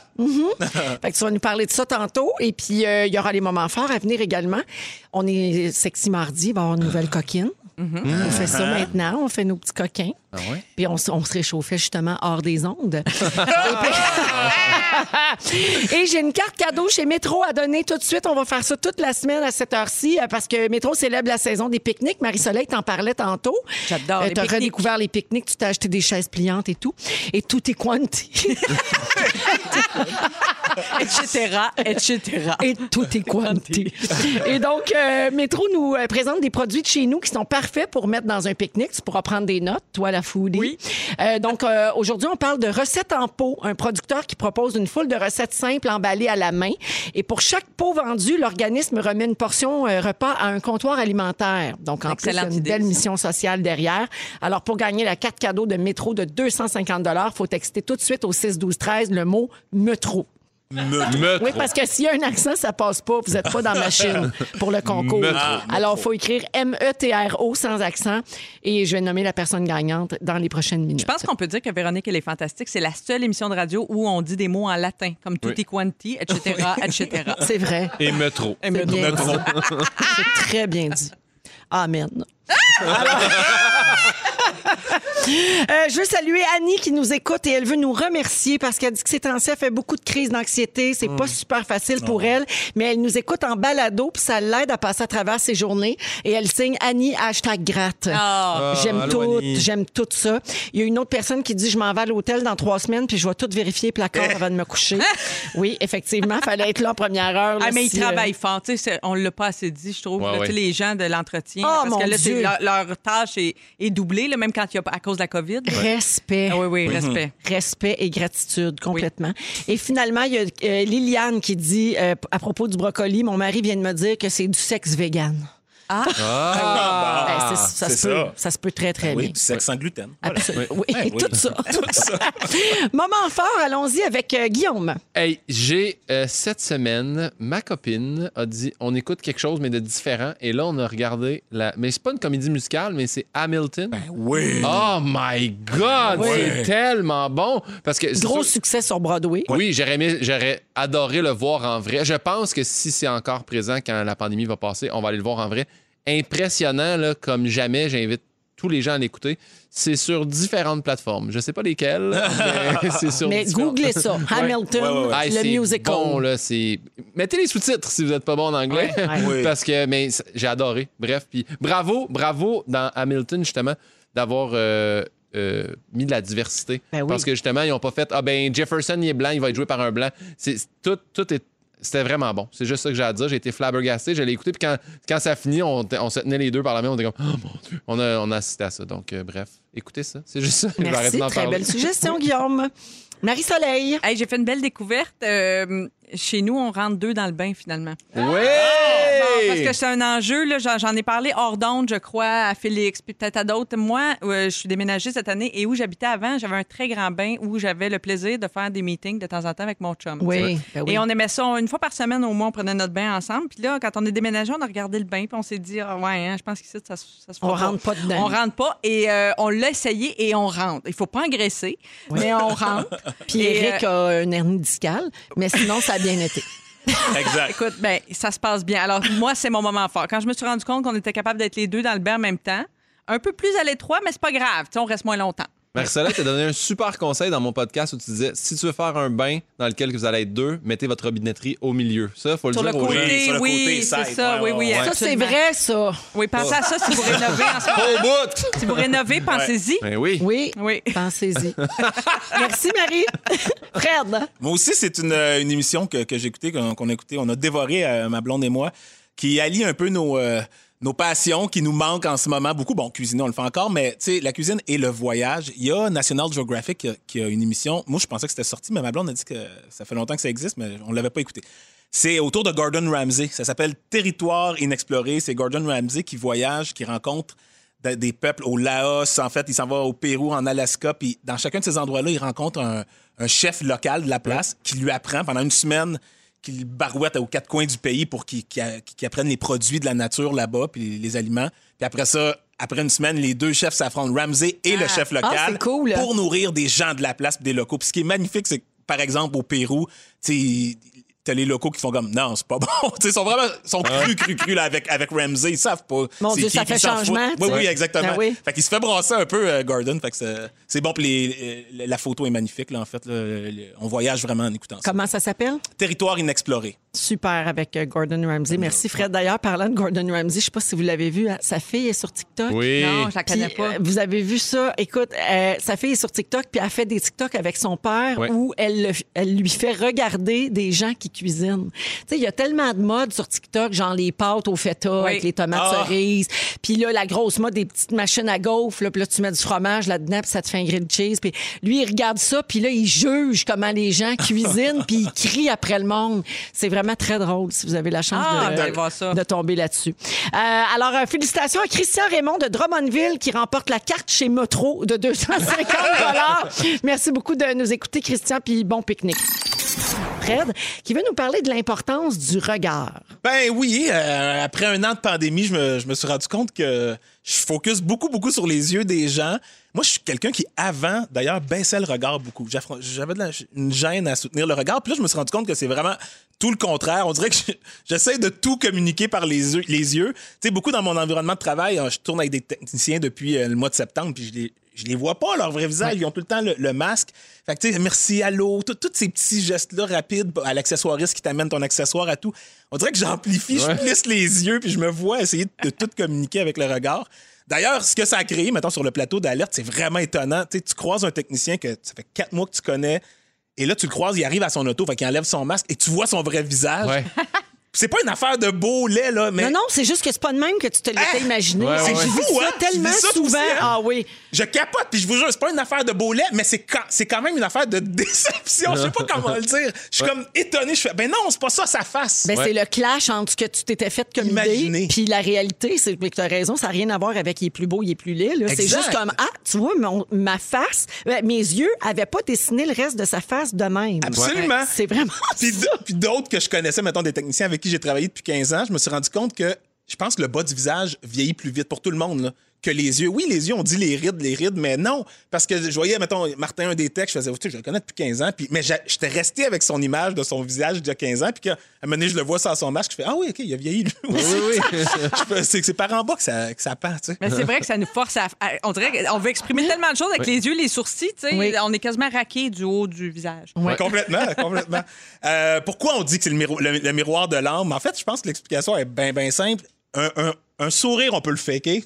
S1: Fait que tu vas nous parler de ça tantôt. Et puis, euh, il y aura les moments forts à venir également. On est sexy mardi, il va y avoir une nouvelle coquine.
S3: Mm-hmm.
S1: On fait ça
S3: Ah.
S1: maintenant, on fait nos petits coquins. Puis on, s- on se réchauffait justement hors des ondes. Et puis- Et j'ai une carte cadeau chez Métro à donner tout de suite. On va faire ça toute la semaine à cette heure-ci euh, parce que Métro célèbre la saison des pique-niques. Marie-Soleil t'en parlait tantôt. Euh,
S3: J'adore les
S1: T'as
S3: pique-niques.
S1: redécouvert les pique-niques, tu t'as acheté des chaises pliantes et tout. Et tout est quanti.
S3: etc., etc.
S1: et tout est quanti. et donc, euh, Métro nous euh, présente des produits de chez nous qui sont parfaits pour mettre dans un pique-nique. Tu pourras prendre des notes, toi, la foodie.
S3: Oui.
S1: Euh, donc, euh, aujourd'hui, on parle de recettes en pot. Un producteur qui propose une foule de recettes simples emballées à la main. Et pour chaque pot vendu, l'organisme remet une portion euh, repas à un comptoir alimentaire. Donc, en plus, il y a
S3: Excellente
S1: une
S3: idée,
S1: belle
S3: ça.
S1: mission sociale derrière. Alors, pour gagner la carte cadeau de Métro de 250 il faut texter tout de suite au 6-12-13 le mot « Métro ».
S2: Me
S1: Oui,
S2: trouve.
S1: parce que s'il y a un accent, ça passe pas. Vous n'êtes pas dans la machine pour le concours.
S2: Métro.
S1: Alors, il faut écrire E M-E-T-R-O sans accent et je vais nommer la personne gagnante dans les prochaines minutes.
S3: Je pense qu'on peut dire que Véronique, elle est fantastique. C'est la seule émission de radio où on dit des mots en latin, comme tutti quanti, etc., etc.
S1: C'est vrai.
S2: Et me trop.
S1: C'est bien
S5: Me
S1: dit.
S5: trouve.
S1: C'est très bien dit. Amen. Euh, je veux saluer Annie qui nous écoute et elle veut nous remercier parce qu'elle dit que ces temps-ci, elle fait beaucoup de crises d'anxiété. C'est pas super facile pour elle, mais elle nous écoute en balado puis ça l'aide à passer à travers ses journées. Et elle signe Annie hashtag gratte.
S3: Ah.
S1: J'aime
S2: Euh, allô,
S1: tout,
S2: Annie.
S1: j'aime tout ça. Il y a une autre personne qui dit je m'en vais à l'hôtel dans trois semaines puis je vais tout vérifier placard avant de me coucher. Oui, effectivement, fallait être là en première heure. là,
S3: Ah, mais ils
S1: si, euh,
S3: travaillent fort. Tu sais, c'est- on l'a pas assez dit, je trouve,
S2: Ouais,
S3: là, tu sais,
S2: ouais.
S3: les gens de l'entretien.
S1: Ah,
S3: parce
S1: mon
S3: que
S1: Dieu.
S3: là, c'est- leur, leur tâche est, est doublée, là, même quand il y a, à cause de la COVID.
S1: Respect.
S3: Ah oui, oui, respect.
S1: Respect et gratitude, complètement. Et finalement, il y a euh, Liliane qui dit euh, à propos du brocoli Mon mari vient de me dire que c'est du sexe vegan.
S2: Ah, bah.
S1: Ben, c'est- ça,
S5: c'est
S1: se peut,
S5: ça. Ah
S1: ça se peut très, très
S5: Oui,
S1: bien.
S5: du sexe sans gluten. Voilà.
S1: Absolument. Oui,
S5: Ben oui.
S1: tout ça. Moment fort, allons-y avec euh, Guillaume.
S2: Hey, j'ai euh, cette semaine, ma copine a dit on écoute quelque chose mais de différent et là on a regardé la mais c'est pas une comédie musicale mais c'est Hamilton.
S5: Ben, Oui.
S2: Oh my god, c'est tellement bon parce que c'est
S1: Gros
S2: sûr-
S1: succès sur Broadway.
S2: Oui, j'aurais aimé- j'aurais adoré le voir en vrai. Je pense que si c'est encore présent quand la pandémie va passer, on va aller le voir en vrai. Impressionnant là, comme jamais, j'invite tous les gens à l'écouter. C'est sur différentes plateformes. Je sais pas lesquelles, mais c'est sur
S1: Mais
S2: différentes-
S1: googlez ça. Hamilton,
S5: Ouais, ouais, ouais.
S2: Hey,
S1: le
S2: c'est
S1: musical.
S2: Bon, là, c'est... Mettez les sous-titres si vous n'êtes pas bon en anglais.
S1: Ouais,
S5: ouais.
S2: Parce que mais c- j'ai adoré. Bref, puis bravo, bravo dans Hamilton, justement, d'avoir euh, euh, mis de la diversité.
S1: Ben oui.
S2: Parce que justement, ils n'ont pas fait Ah ben Jefferson, il est blanc, il va être joué par un blanc. C'est, c'est- tout, tout est. C'était vraiment bon. C'est juste ça que j'ai à dire. J'ai été flabbergasté. Je l'ai écouté. Puis quand, quand ça finit, on, t- on se tenait les deux par la main. On était comme, oh mon Dieu. On a, on a assisté à ça. Donc, euh, bref, écoutez ça. C'est juste ça. Je vais
S1: Merci,
S2: arrêter d'en
S1: très
S2: parler.
S1: belle suggestion, Guillaume. Marie-Soleil.
S3: Hey, j'ai fait une belle découverte. Euh, chez nous, on rentre deux dans le bain, finalement.
S2: Ouais!
S1: Ah,
S3: Bon, parce que c'est un enjeu, là, j'en, j'en ai parlé hors d'onde, je crois, à Félix, puis peut-être à d'autres. Moi, euh, je suis déménagée cette année et où j'habitais avant, j'avais un très grand bain où j'avais le plaisir de faire des meetings de temps en temps avec mon chum.
S1: Oui,
S3: tu sais.
S1: ben oui.
S3: Et on aimait ça on- une fois par semaine au moins, on prenait notre bain ensemble. Puis là, quand on est déménagé, on a regardé le bain, puis on s'est dit, ah ouais, hein, je pense qu'ici, ça, se- ça se
S1: On
S3: fera
S1: rentre pas dedans.
S3: On rentre pas et euh, on l'a essayé et on rentre. Il faut pas engraisser, mais on rentre.
S1: Puis
S3: Et, euh,
S1: Eric a une hernie discale, mais sinon, ça a bien été.
S5: Exact.
S3: Écoute, ben, ça se passe bien. Alors, moi, c'est mon moment fort. Quand je me suis rendu compte qu'on était capable d'être les deux dans le bain en même temps, un peu plus à l'étroit, mais c'est pas grave. Tu sais, on reste moins longtemps.
S2: Marcella t'a donné un super conseil dans mon podcast où tu disais si tu veux faire un bain dans lequel vous allez être deux, mettez votre robinetterie au milieu. Ça, faut le
S3: Sur le
S2: dire aux gens.
S5: Oui,
S3: côté,
S5: sur
S3: oui,
S5: le côté, ça
S3: c'est
S5: aide.
S3: ça.
S5: Ouais,
S3: oui, oui,
S5: ouais, ouais.
S1: Ça, c'est
S3: absolument.
S1: vrai, ça.
S3: Oui, pensez à ça si vous rénovez en ce moment.
S2: Au bout!
S3: Si vous rénovez, pensez-y.
S2: Ben oui.
S1: Oui.
S3: Oui.
S1: Pensez-y. Merci, Marie. Fred.
S5: Moi aussi, c'est une, euh, une émission que, que j'ai écoutée, qu'on qu'on a écoutée. On a dévoré, euh, ma blonde et moi, qui allie un peu nos, euh, nos passions qui nous manquent en ce moment. Beaucoup, bon, cuisiner, on le fait encore, mais tu sais, la cuisine et le voyage. Il y a National Geographic qui a, qui a une émission. Moi, je pensais que c'était sorti, mais ma blonde a dit que ça fait longtemps que ça existe, mais on ne l'avait pas écouté. C'est autour de Gordon Ramsay. Ça s'appelle Territoire inexploré. C'est Gordon Ramsay qui voyage, qui rencontre de- des peuples au Laos. En fait, il s'en va au Pérou, en Alaska. Puis dans chacun de ces endroits-là, il rencontre un, un chef local de la place qui lui apprend pendant une semaine qu'il barouette aux quatre coins du pays pour qu'il qu'il a- qu'il apprenne les produits de la nature là-bas, puis les aliments. Puis après ça, après une semaine, les deux chefs s'affrontent, Ramsey et le chef local,
S1: Ah, c'est cool.
S5: pour nourrir des gens de la place, puis des locaux. Puis ce qui est magnifique, c'est que, par exemple, au Pérou, tu sais, t'as les locaux qui font comme non, c'est pas bon. Tu sais, ils sont vraiment ils sont cru, cru, cru là, avec, avec Ramsey. Ils savent pas.
S1: Mon
S5: c'est
S1: Dieu,
S5: qui,
S1: ça
S5: puis
S1: fait
S5: ils s'en foutent.
S1: changement, tu
S5: Oui,
S1: sais.
S5: oui, exactement.
S1: Ben oui.
S5: Fait qu'il se fait brasser un peu, euh, Gordon. Fait que c'est- c'est bon. Puis les- euh, la photo est magnifique, là, en fait. là. Le- le- on voyage vraiment en écoutant ça.
S1: Comment ça s'appelle?
S5: Territoire inexploré.
S1: Super avec euh, Gordon Ramsay. Merci, Fred. D'ailleurs, parlant de Gordon Ramsay, je ne sais pas si vous l'avez vu, hein, sa fille est sur TikTok.
S2: Oui.
S3: Non, je la connais
S1: Puis,
S3: pas.
S1: euh, vous avez vu ça? Écoute, euh, sa fille est sur TikTok, puis elle fait des TikTok avec son père
S2: Ouais.
S1: où elle, le- elle lui fait regarder des gens qui cuisinent. Tu sais, il y a tellement de modes sur TikTok, genre les pâtes au feta
S3: Oui.
S1: avec les tomates
S5: Ah.
S1: cerises, puis là, la grosse mode des petites machines à gaufres, là, puis là, tu mets du fromage là-dedans, puis ça te fait un grilled cheese. Puis lui, il regarde ça, puis là, il juge comment les gens cuisinent, puis il crie après le monde. C'est vraiment très drôle si vous avez la chance
S3: Ah,
S1: de,
S5: ben,
S3: d'aller voir ça.
S1: de tomber là-dessus. Euh, alors, euh, félicitations à Christian Raymond de Drummondville qui remporte la carte chez Metro de 250 Merci beaucoup de nous écouter, Christian, puis bon pique-nique. Fred, qui veut nous parler de l'importance du regard.
S5: Ben oui, euh, après un an de pandémie, je me, je me suis rendu compte que je focus beaucoup, beaucoup sur les yeux des gens. Moi, je suis quelqu'un qui, avant, d'ailleurs, baissait le regard beaucoup. J'affron- J'avais de la- une gêne à soutenir le regard. Puis là, je me suis rendu compte que c'est vraiment tout le contraire. On dirait que je- j'essaie de tout communiquer par les yeux. Les yeux. Tu sais, beaucoup dans mon environnement de travail, hein, je tourne avec des techniciens depuis euh, le mois de septembre, puis je les, je les vois pas, leur vrai visage. Ils ont tout le temps le, le masque. Fait que, tu sais, merci, allô, tout- tous ces petits gestes-là rapides à l'accessoiriste qui t'amène ton accessoire à tout. On dirait que j'amplifie, je plisse les yeux, puis je me vois essayer de tout communiquer avec le regard. D'ailleurs, ce que ça a créé, maintenant sur le plateau d'alerte, c'est vraiment étonnant. Tu sais, tu croises un technicien que ça fait quatre mois que tu connais, et là, tu le croises, il arrive à son auto, fait qu'il enlève son masque, et tu vois son vrai visage.
S2: Ouais.
S5: C'est pas une affaire de beau lait, là, mais
S1: Non, non, c'est juste que c'est pas de même que tu te l'étais
S5: Ah!
S1: imaginé.
S2: Ouais, ouais,
S1: C'est
S2: ouais.
S1: que je vis
S5: Fou,
S1: ça
S5: hein?
S1: tellement
S5: Tu vis ça aussi,
S1: souvent.
S5: hein?
S1: Ah oui.
S5: je capote, puis je vous jure, c'est pas une affaire de beau lait, mais c'est quand, c'est quand même une affaire de déception. Je sais pas comment le dire. Je suis comme étonné. Je fais, ben non, c'est pas ça, sa face.
S1: Ben, C'est le clash entre ce que tu t'étais fait comme idée
S5: Imaginez.
S1: puis la réalité. C'est que tu as raison, ça n'a rien à voir avec il est plus beau, il est plus laid. là. C'est
S5: Exact.
S1: juste comme, ah, tu vois, mon- ma face, ben, mes yeux n'avaient pas dessiné le reste de sa face de même.
S5: Absolument.
S1: Ouais. C'est vraiment
S5: Puis d- puis d'autres que je connaissais, mettons, des techniciens avec qui j'ai travaillé depuis 15 ans, je me suis rendu compte que je pense que le bas du visage vieillit plus vite pour tout le monde là, que les yeux. Oui, les yeux, on dit les rides, les rides, mais non. Parce que je voyais, mettons, Martin, un des textes, je faisais, oh, tu sais, je le connais depuis 15 ans, puis, mais j'a- j'étais resté avec son image de son visage d'il y a 15 ans, puis qu'à un moment donné, je le vois sans son masque, je fais, ah oui, OK, il a vieilli. lui aussi. Je fais, c'est que c'est par en bas que ça, que ça part, tu sais.
S3: Mais c'est vrai que ça nous force à. à- on dirait qu'on veut exprimer tellement de choses avec les yeux, les sourcils, tu sais.
S1: Oui.
S3: On est quasiment raqué du haut du visage.
S5: Complètement, complètement. Euh, pourquoi on dit que c'est le, miro- le- le miroir de l'âme? En fait, je pense que l'explication est bien, bien simple. Un, un- un sourire, on peut le faker.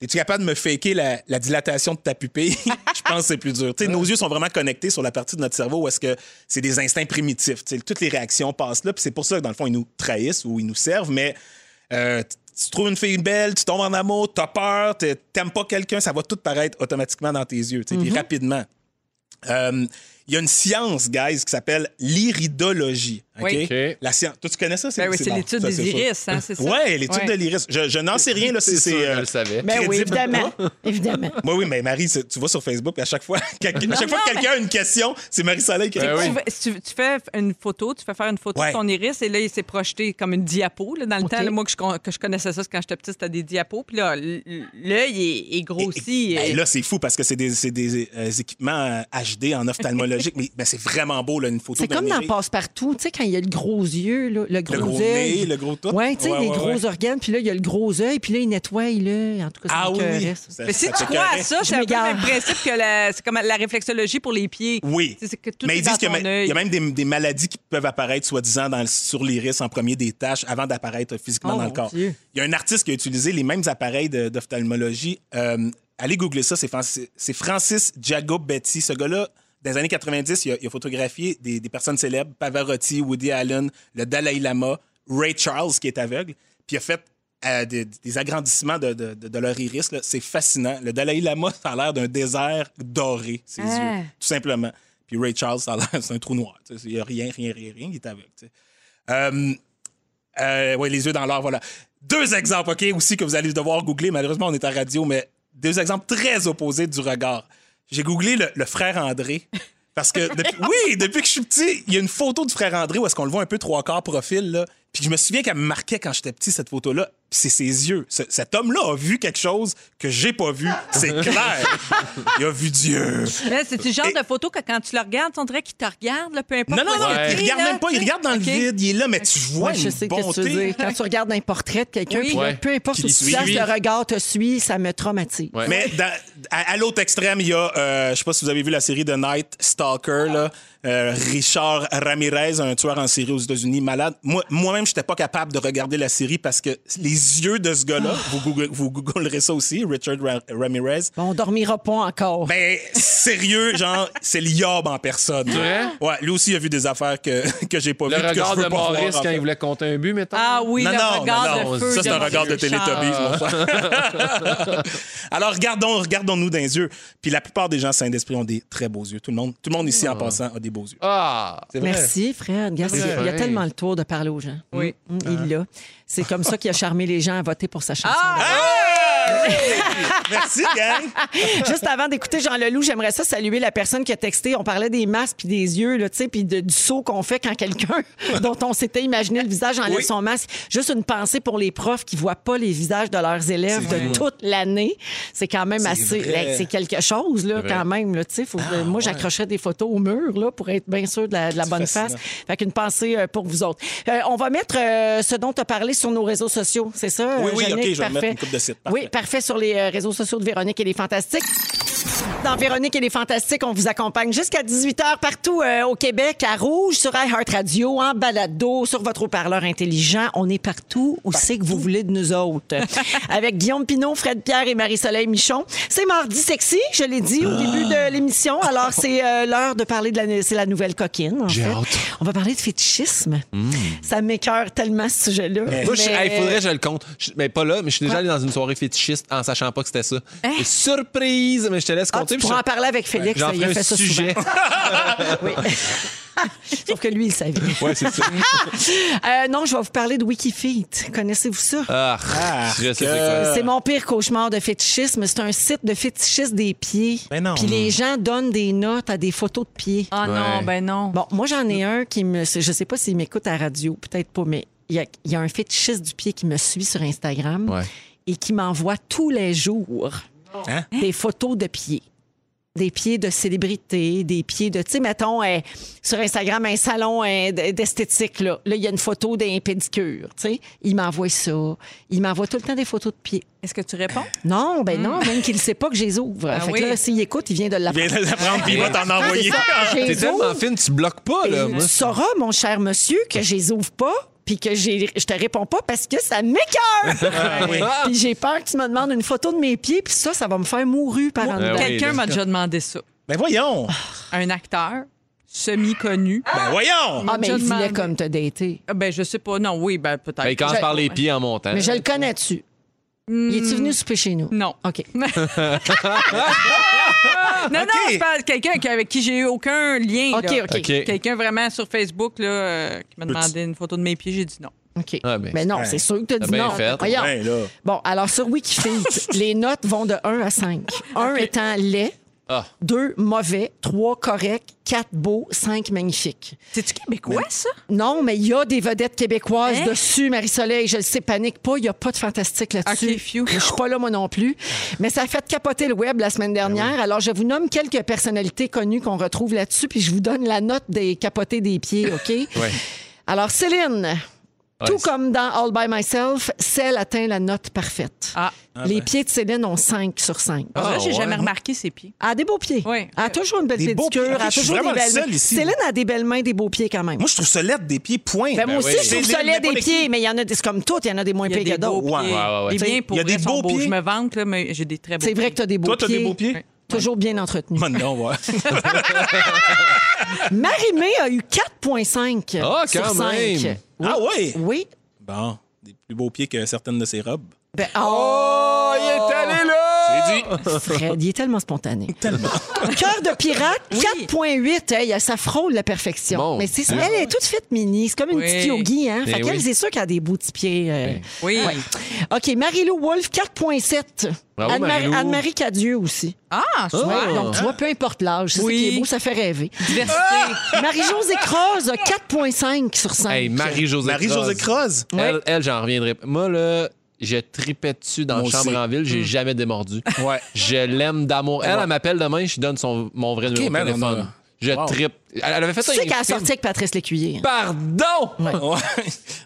S5: Es-tu capable de me faker la, la dilatation de ta pupille? je pense que c'est plus dur. Tu sais, Nos yeux sont vraiment connectés sur la partie de notre cerveau où est-ce que c'est des instincts primitifs. Tu sais, Toutes les réactions passent là, puis c'est pour ça que dans le fond, ils nous trahissent ou ils nous servent, mais euh, t- tu trouves une fille belle, tu tombes en amour, t'as peur, t'es- t'aimes pas quelqu'un, ça va tout paraître automatiquement dans tes yeux, tu sais,
S3: Mm-hmm.
S5: puis rapidement. Euh, Il y a une science, guys, qui s'appelle l'iridologie. OK?
S3: Oui.
S2: OK.
S5: La science. Toi, tu connais ça?
S3: Ben oui, c'est
S5: bon,
S3: l'étude
S5: ça,
S3: des
S5: c'est sûr.
S3: iris, hein, c'est ça?
S5: Ouais, l'étude
S3: Ouais.
S5: de l'iris. Je, je n'en sais rien, là, si
S2: C'est sûr,
S5: c'est. euh,
S2: je le savais.
S1: Ben oui,
S5: crédible ou
S1: évidemment.
S5: pas.
S1: évidemment.
S5: Oui, oui, mais Marie, c'est- tu vas sur Facebook, puis à chaque fois, quel- à chaque fois que quelqu'un a une question, c'est Marie-Soleil qui
S2: Ben
S5: répond.
S2: oui.
S3: Tu fais- si tu, tu fais une photo, tu fais faire une photo
S5: Ouais.
S3: de ton iris et là, il s'est projeté comme une diapo. là, dans le
S1: OK.
S3: temps, là, moi, que je, con- que je connaissais ça c'est quand j'étais petite, c'était des diapos. Puis là, l- l- l'œil est, est grossi.
S5: Ben
S3: Et-
S5: là, c'est fou parce que c'est des, c'est des, euh, équipements euh, HD en ophtalmologique, mais ben, c'est vraiment beau, là, une photo
S1: C'est
S5: d'un
S1: comme dans
S5: iris.
S1: Passe-Partout, tu sais, quand il y a le gros yeux, là, le gros,
S5: gros
S1: œil.
S5: nez, le gros tout.
S1: Ouais, tu sais,
S5: Ouais,
S1: les
S5: ouais,
S1: gros
S5: ouais.
S1: organes, puis là, il y a le gros œil, puis là, il nettoie, là. En tout cas, c'est
S5: Ah oui,
S1: écœurant,
S5: oui.
S1: ça.
S5: Ça-
S3: euh, Mais si
S5: ça
S3: tu crois à
S5: t'écœurait.
S3: ça,
S1: Je
S3: c'est un peu le
S1: m'égare.
S3: même principe que la, c'est comme la réflexologie pour les pieds.
S5: Oui.
S3: C'est- c'est que tout
S5: mais
S3: est
S5: ils
S3: dans
S5: disent qu'il y a
S3: ton
S5: même-
S3: œil.
S5: il y a même des, des maladies qui peuvent apparaître, soi-disant, dans le- sur l'iris en premier, des taches, avant d'apparaître physiquement
S1: Oh,
S5: dans le
S1: mon
S5: corps.
S1: Dieu.
S5: Il y a un artiste qui a utilisé les mêmes appareils de- d'ophtalmologie. Euh, allez googler ça, c'est Francis, c'est Francis Giacobetti. Ce gars-là, dans les années 90, il a, il a photographié des, des personnes célèbres, Pavarotti, Woody Allen, le Dalai Lama, Ray Charles, qui est aveugle, puis il a fait euh, des, des agrandissements de, de- de- de leur iris. là. C'est fascinant. Le Dalai Lama, ça a l'air d'un désert doré, ses yeux, tout simplement. Puis Ray Charles, ça a l'air, c'est un trou noir. tu sais. Il n'y a rien, rien, rien, rien, il est aveugle. tu sais. Euh, euh, ouais, les yeux dans l'or, voilà. Deux exemples, OK, aussi que vous allez devoir googler. Malheureusement, on est à radio, mais deux exemples très opposés du regard. J'ai googlé le, le frère André. Parce que, depuis- oui, depuis que je suis petit, il y a une photo du frère André où est-ce qu'on le voit un peu trois quarts profil, là. Puis je me souviens qu'elle me marquait quand j'étais petit, cette photo-là. Puis c'est ses yeux. Ce- cet homme-là a vu quelque chose que j'ai pas vu. C'est clair. Il a vu Dieu.
S3: Là, C'est du genre de photo que quand tu le regardes, on dirait qu'il te regarde, là, peu importe.
S5: Non, non,
S3: où
S5: non,
S3: est-ce
S5: il
S3: qu'il est,
S5: regarde
S3: là,
S5: même pas. Il
S3: tu sais.
S5: regarde dans le
S3: OK.
S5: vide. Il est là, mais tu vois
S1: Ouais, je
S5: une
S1: sais
S5: bonté.
S1: ce que tu veux dire. Quand tu regardes un portrait de quelqu'un, puis
S2: Ouais.
S1: là, peu importe
S2: Qui
S1: où tu
S2: te suit.
S1: places le regard te suit, ça me traumatise.
S2: Ouais.
S5: Mais dans- à, à l'autre extrême, il y a, euh, je sais pas si vous avez vu la série de Night Stalker, là, euh, Richard Ramirez, un tueur en série aux États-Unis, malade. Moi- Moi-même, je n'étais pas capable de regarder la série parce que les yeux de ce gars-là, vous, google- vous googlerez ça aussi, Richard Ra- Ramirez,
S1: Bon, on dormira pas encore.
S5: ben, sérieux, genre, c'est l'iob en personne.
S2: vrai?
S5: Ouais, lui aussi, il a vu des affaires que, que j'ai pas vues.
S2: Le
S5: puis que
S2: regard
S5: je veux
S2: de
S5: pas voir,
S2: Maurice
S5: en
S2: quand
S5: fait.
S2: il voulait compter un but, mettons.
S3: Ah oui,
S5: Non,
S3: le
S5: non,
S3: regard
S5: non,
S3: de feu.
S5: ça, c'est
S3: de
S5: un regard de
S3: Monsieur
S5: Teletubbies,
S3: Charles.
S5: mon frère. Alors, regardons, regardons-nous dans les yeux. Puis la plupart des gens sains d'esprit ont des très beaux yeux. Tout le monde, tout le monde
S3: Ah.
S5: ici, en passant, a des beaux yeux.
S2: Ah!
S5: C'est vrai.
S1: Merci, Fred. Regarde,
S2: C'est
S1: il y a
S2: vrai. Ah.
S1: tellement le tour de parler aux gens.
S3: Oui.
S1: Mm, Il l'a. C'est comme ça qu'il a charmé les gens à voter pour sa chanson.
S3: Ah!
S5: Hey! Merci, gang.
S1: Juste avant d'écouter Jean Leloup, j'aimerais ça saluer la personne qui a texté. On parlait des masques puis des yeux, là, tu sais, puis de- du saut qu'on fait quand quelqu'un dont on s'était imaginé le visage enlève son masque. Juste une pensée pour les profs qui voient pas les visages de leurs élèves de toute l'année. C'est quand même assez.
S5: vrai. Ah,
S1: Hey, C'est quelque chose, là, quand même, là, tu sais. faut- moi, j'accrochais des photos au mur, là, pour être bien sûr de la, de la bonne face. Fait qu'une pensée euh, pour vous autres. Euh, on va mettre euh, ce dont tu as parlé sur nos réseaux sociaux, c'est ça?
S5: Oui,
S1: euh,
S5: oui,
S1: Yannick?
S5: OK, je vais mettre
S1: Parfait.
S5: une couple de sites.
S1: Oui, parfait sur les euh, réseaux sociaux de Véronique et les Fantastiques. Dans Véronique et les Fantastiques, on vous accompagne jusqu'à 18h partout euh, au Québec, à Rouge, sur iHeartRadio, en balado, sur votre haut-parleur intelligent. On est partout où c'est que vous voulez de nous autres. Avec Guillaume Pinot, Fred Pierre et Marie-Soleil Michon. C'est mardi sexy, je l'ai dit au début
S2: Ah.
S1: de l'émission. Alors, c'est euh, l'heure de parler de la, c'est la nouvelle coquine. en
S2: J'ai
S1: fait.
S2: hâte. Hmm.
S1: On va parler de fétichisme. Ça m'écoeure tellement ce sujet-là.
S2: Eh, Moi, je,
S1: Mais-
S2: hey, faudrait que je le compte. Je- mais pas là, mais je suis déjà allé dans une soirée fétichiste en sachant pas que c'était ça. Et Surprise! Mais je te laisse
S1: Hein? Ah,
S2: compter.
S1: tu
S2: puis
S1: pourras
S2: je-
S1: en parler avec Félix,
S2: J'en
S1: il a
S2: ferai
S1: fait
S2: un
S1: ça
S2: sujet.
S1: souvent. Oui. Sauf que lui, il savait.
S2: ouais, c'est ça.
S1: Euh, non, je vais vous parler de Wikifeet. Connaissez-vous ça?
S2: Ah, Euh, je sais c'est quoi.
S1: C'est mon pire cauchemar de fétichisme. C'est un site de fétichisme des pieds.
S5: Ben non.
S1: Puis les gens donnent des notes à des photos de pieds.
S3: Ah non, ben non.
S1: Bon, moi, j'en ai un qui me. Je sais pas s'il m'écoute à la radio, peut-être pas, mais il y, a- il y a un fétichiste du pied qui me suit sur Instagram
S2: Ouais.
S1: et qui m'envoie tous les jours
S5: Hein?
S1: des photos de pieds. Des pieds de célébrités, des pieds de. Tu sais, mettons, euh, sur Instagram, un salon euh, d- d'esthétique, là. Là, il y a une photo d'un pédicure, tu sais. Il m'envoie ça. Il m'envoie tout le temps des photos de pieds.
S3: Est-ce que tu réponds?
S1: Non, ben non, même qu'il ne sait pas que je les ouvre.
S3: Hmm. Ah
S1: fait
S3: oui.
S1: que là, s'il écoute, il vient de l'apprendre. Ah,
S5: Viens de la prendre, puis il va t'en envoyer.
S1: Je
S2: T'es
S1: les ouvre.
S2: tellement fine, tu bloques pas,
S1: Et
S2: là.
S1: tu
S2: Moi,
S1: sauras, mon cher monsieur, que je les ouvre pas puis que j'ai- je te réponds pas parce que ça m'écœure.
S2: Ah.
S5: Ben
S2: Ben,
S1: Puis j'ai peur que tu me demandes une photo de mes pieds, puis ça, ça va me faire mourir par en
S2: Ah
S1: dedans.
S2: oui,
S3: Quelqu'un
S2: là.
S3: m'a déjà demandé ça.
S5: Ben voyons.
S3: Un acteur semi-connu.
S5: Ben voyons.
S1: Ah, mais il
S3: Je
S1: voulait
S3: demande-
S1: comme te dater.
S2: Euh,
S3: Ah, Ben, je sais pas. Non, oui, ben peut-être.
S2: Ben, il commence
S3: Je-
S2: par les pieds en montant.
S1: Mais je le connais-tu? Il est-tu venu souper chez nous?
S3: Non.
S1: OK.
S3: Non, non, je parle de quelqu'un qui- avec qui j'ai eu aucun lien.
S1: OK,
S3: là.
S1: OK.
S2: OK.
S3: Quelqu'un vraiment sur Facebook là, euh, qui m'a demandé une photo de mes pieds, j'ai dit non.
S1: OK.
S2: Ah, ben,
S1: mais non, c'est sûr que tu as
S2: t'as
S1: dit
S2: bien
S1: non.
S2: fait.
S1: Voyons.
S5: Ben là.
S1: Bon, alors sur Wikifeet, les notes vont de 1 à 5. 1 étant laid,
S2: Ah.
S1: 2 mauvais, 3 correct, 4 beau, 5 magnifique.
S3: C'est-tu québécois, ça?
S1: Non, mais il y a des vedettes québécoises
S3: Hein?
S1: dessus, Marie-Soleil. Je le sais, panique pas, il n'y a pas de fantastique là-dessus.
S3: Ah, Ok, phew.
S1: Je suis pas là, moi non plus. Mais ça a fait capoter le web la
S5: Ben
S1: semaine dernière. Alors, je vous nomme quelques personnalités connues qu'on retrouve là-dessus, puis je vous donne la note des capotés des pieds, OK? Alors, Céline, tout comme dans All By Myself, celle atteint la note parfaite.
S3: Ah.
S1: Les pieds de Céline ont 5 sur 5.
S2: Ah,
S3: là, j'ai
S2: ouais.
S3: jamais remarqué ses pieds.
S1: Elle a des beaux pieds.
S3: Oui.
S1: Elle a toujours une belle
S5: Des beaux
S1: pédicure.
S5: pieds.
S1: Elle a
S5: Je suis
S1: toujours des
S5: vraiment le
S1: belles
S5: seul
S1: mains.
S5: ici.
S1: Céline a des belles mains, des beaux pieds quand même.
S5: Moi, je trouve ça laide des pieds, point.
S1: Ben, moi aussi, je trouve
S5: C'est
S1: ça
S5: laid,
S1: laid
S5: mais
S1: des
S5: pas les
S1: pieds, mais il y en a des c'est comme toutes, il y en a des moins
S3: Il y a
S1: pires
S3: des
S1: que d'autres.
S3: beaux
S5: Ouais,
S3: pieds.
S2: ouais, ouais.
S3: Les miens, pour
S5: Il y a
S3: vrai,
S5: des
S3: sont
S5: beaux pieds.
S3: Je me vante, là, mais j'ai des très beaux
S1: C'est vrai que tu as des beaux
S5: Toi, t'as
S1: pieds.
S5: des beaux pieds?
S1: Toujours bien entretenus.
S5: Moi, non, ouais.
S1: Marie-Mé a eu 4,5
S2: Ah,
S1: sur
S2: quand
S1: 5.
S2: même.
S5: Ah ouais?
S1: Oui.
S5: Bon, des plus beaux pieds que certaines de ses robes.
S1: Ben, oh,
S2: Il est allé là!
S5: J'ai dit.
S1: Fred, il est tellement spontané. Cœur de pirate, 4,8. Hey, ça frôle la perfection.
S2: Bon
S1: Mais c'est ça,
S2: Dieu.
S1: elle est toute faite mini. C'est comme une
S3: Oui.
S1: petite yogi. Hein?
S2: Eh
S1: Fait qu'elle,
S2: oui.
S1: c'est sûr qu'elle a des beaux petits pieds. euh.
S3: Oui.
S1: OK, Marie-Lou Wolfe, 4,7.
S2: Bravo, Marie-Lou.
S1: Anne-Marie Cadieux aussi.
S3: Ah,
S2: Oh.
S1: Ouais, donc, tu vois, peu importe l'âge, c'est ça
S3: Oui.
S1: qui est beau, ça fait rêver. Ah!
S3: diversité.
S1: Marie-Josée Croze, 4,5 sur 5.
S2: Hey, Marie-Josée
S5: Marie-Josée
S2: Croze.
S5: Croze.
S2: Elle, elle j'en reviendrai pas. Moi, là, je tripais dessus dans
S5: Moi
S2: Chambre
S5: aussi.
S2: en ville, j'ai jamais démordu. Ouais. Je l'aime d'amour. Elle, elle m'appelle demain, je lui donne son, mon vrai numéro
S5: man,
S2: de
S5: on
S2: téléphone.
S5: a-
S2: Je
S5: Wow.
S2: trippe. Elle elle avait fait
S1: tu
S2: ça
S1: sais
S2: il
S1: qu'elle a sorti avec Patrice Lécuyer. hein?
S2: Pardon!
S5: Ouais.